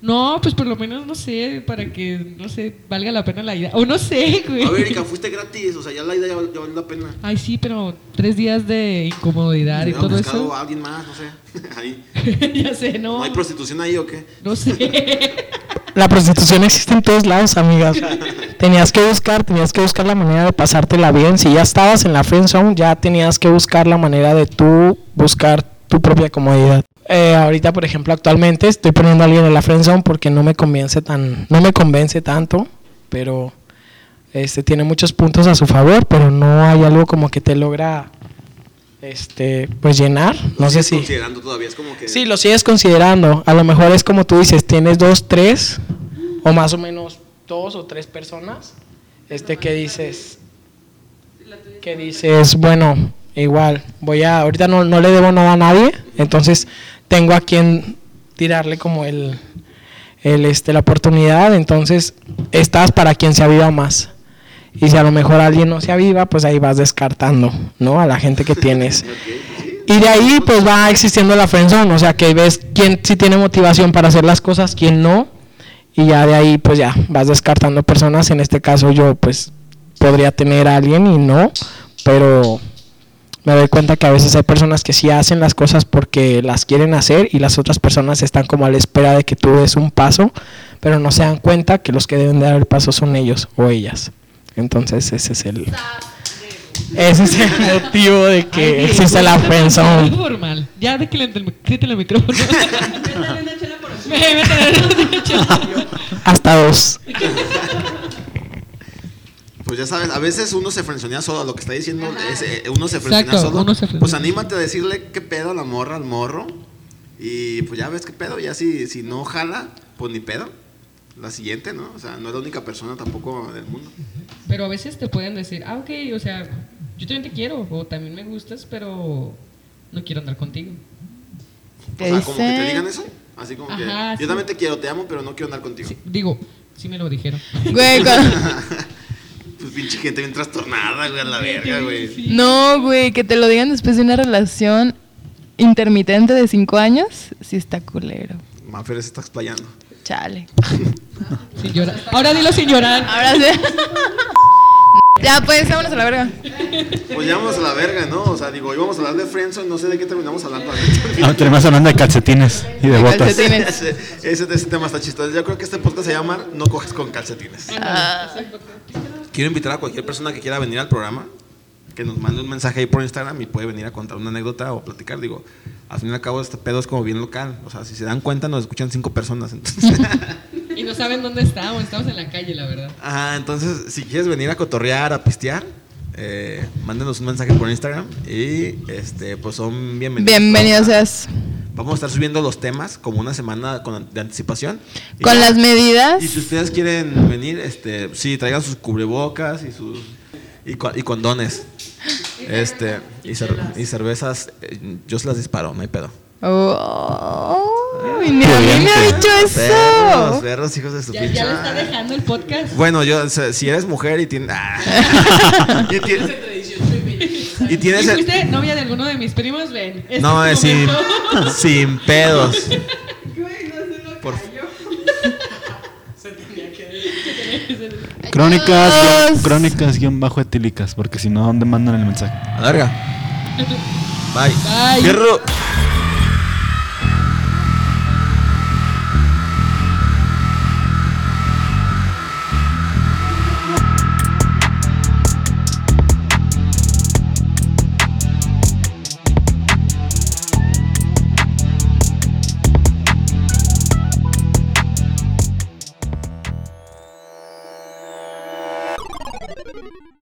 Speaker 4: No, pues por lo menos, no sé, para que, no sé, valga la pena la ida. O no sé, güey.
Speaker 2: A ver, Erika, fuiste gratis, o sea, ya la idea ya, val- ya valió la pena.
Speaker 4: Ay, sí, pero tres días de incomodidad y
Speaker 2: Hubieran
Speaker 4: todo
Speaker 2: buscado
Speaker 4: eso.
Speaker 2: a alguien más, no sé. Ahí.
Speaker 4: ya sé,
Speaker 2: ah. ¿No
Speaker 4: no.
Speaker 2: hay prostitución ahí o qué?
Speaker 4: No sé.
Speaker 9: La prostitución existe en todos lados, amigas. Tenías que buscar, tenías que buscar la manera de pasártela bien. Si ya estabas en la friendzone, ya tenías que buscar la manera de tú buscar tu propia comodidad. Eh, ahorita, por ejemplo, actualmente estoy poniendo a alguien en la friendzone porque no me convence tan, no me convence tanto, pero este tiene muchos puntos a su favor, pero no hay algo como que te logra, este, pues llenar. No sé
Speaker 2: Sigues
Speaker 9: si.
Speaker 2: Considerando todavía, es como que.
Speaker 9: Sí, lo sigues considerando. A lo mejor es como tú dices, tienes dos, tres, o más o menos dos o tres personas, este que dices, que dices, bueno, igual, voy a, ahorita no, no le debo nada a nadie, entonces tengo a quien tirarle como el, el, este, la oportunidad, entonces estás para quien se aviva más. Y si a lo mejor alguien no se aviva, pues ahí vas descartando, ¿no? A la gente que tienes. Y de ahí pues va existiendo la friendzone, o sea que ves quién sí tiene motivación para hacer las cosas, quién no, y ya de ahí pues ya vas descartando personas, en este caso yo pues podría tener a alguien y no, pero me doy cuenta que a veces hay personas que sí hacen las cosas porque las quieren hacer y las otras personas están como a la espera de que tú des un paso, pero no se dan cuenta que los que deben de dar el paso son ellos o ellas. Entonces ese es el... Ese es el motivo de que
Speaker 4: Ay,
Speaker 9: existe
Speaker 4: güey,
Speaker 9: la
Speaker 4: esto es
Speaker 9: friendzone.
Speaker 4: muy formal. Ya, déjale el, mic- quítale el micrófono. Ve, métele una chela.
Speaker 9: Hasta dos.
Speaker 2: Pues ya sabes, a veces uno se frenzonea solo, lo que está diciendo es, eh, uno se frenzonea
Speaker 4: Exacto,
Speaker 2: solo.
Speaker 4: uno se frenzonea.
Speaker 2: Pues anímate a decirle qué pedo a la morra, al morro. Y pues ya ves qué pedo, ya si, si no jala, pues ni pedo. La siguiente, ¿no? O sea, no es la única persona tampoco del mundo.
Speaker 4: Pero a veces te pueden decir, ah, ok, o sea, yo también te quiero, o también me gustas, pero no quiero andar contigo.
Speaker 2: O
Speaker 3: Te
Speaker 2: sea, como que te
Speaker 3: dicen-
Speaker 2: digan eso. Así como que
Speaker 4: Ajá,
Speaker 2: yo
Speaker 4: sí.
Speaker 2: también te quiero, te amo, pero no quiero andar contigo.
Speaker 4: Sí, digo, sí me lo dijeron.
Speaker 3: Güey, cuando-
Speaker 2: Pues pinche gente bien trastornada, güey, a la verga, güey.
Speaker 3: No, güey, que te lo digan después de una relación intermitente de cinco años, sí está culero.
Speaker 2: Mafer se está explayando.
Speaker 3: Chale.
Speaker 4: Sin llorar. Ahora dilo sin llorar.
Speaker 3: Ahora sí. ya, pues, vámonos a la verga.
Speaker 2: Pues ya vamos a la verga, ¿no? O sea, digo, íbamos a hablar de Friendzone, no sé de qué terminamos hablando. ahorita.
Speaker 1: Ah, Terminamos hablando de calcetines y de
Speaker 3: De
Speaker 1: botas.
Speaker 3: calcetines.
Speaker 2: ese, ese, ese tema está chistoso. Yo creo que este podcast se llama No coges con calcetines.
Speaker 3: Ah,
Speaker 2: Quiero invitar a cualquier persona que quiera venir al programa, que nos mande un mensaje ahí por Instagram y puede venir a contar una anécdota o platicar. Digo, al fin y al cabo este pedo es como bien local. O sea, si se dan cuenta, nos escuchan cinco personas. Entonces,
Speaker 4: Y no saben dónde estamos, estamos en la calle, la verdad.
Speaker 2: Ajá, Ah, entonces, si quieres venir a cotorrear, a pistear, eh, mándenos un mensaje por Instagram y este, pues son bienvenidos.
Speaker 3: bienvenidos seas.
Speaker 2: Vamos a estar subiendo los temas como una semana con- de anticipación. Y
Speaker 3: Con
Speaker 2: ya-
Speaker 3: las medidas.
Speaker 2: Y si ustedes quieren venir, este, sí, traigan sus cubrebocas y sus y, co- y condones. Este, y, cer- y cervezas, eh, yo se las disparo, no hay pedo.
Speaker 3: Oh, y ni a mí me ha dicho
Speaker 2: Perros,
Speaker 3: eso.
Speaker 2: perros, hijos de su
Speaker 4: Ya,
Speaker 2: pinche
Speaker 4: ya le está
Speaker 2: madre.
Speaker 4: dejando el podcast.
Speaker 2: Bueno, yo, se- si eres mujer y tienes. y, tien- y tienes.
Speaker 4: Si
Speaker 2: el-
Speaker 4: fuiste novia de alguno de mis primos, ven. Este
Speaker 2: no,
Speaker 4: es
Speaker 2: es
Speaker 4: tu
Speaker 2: sin,
Speaker 4: momento.
Speaker 2: sin pedos. Por-
Speaker 1: Crónicas,
Speaker 3: Adiós.
Speaker 1: guión- crónicas guión bajo etílicas, porque si no, ¿dónde mandan el mensaje?
Speaker 2: Alarga. Bye.
Speaker 4: Bye.
Speaker 2: Fierro.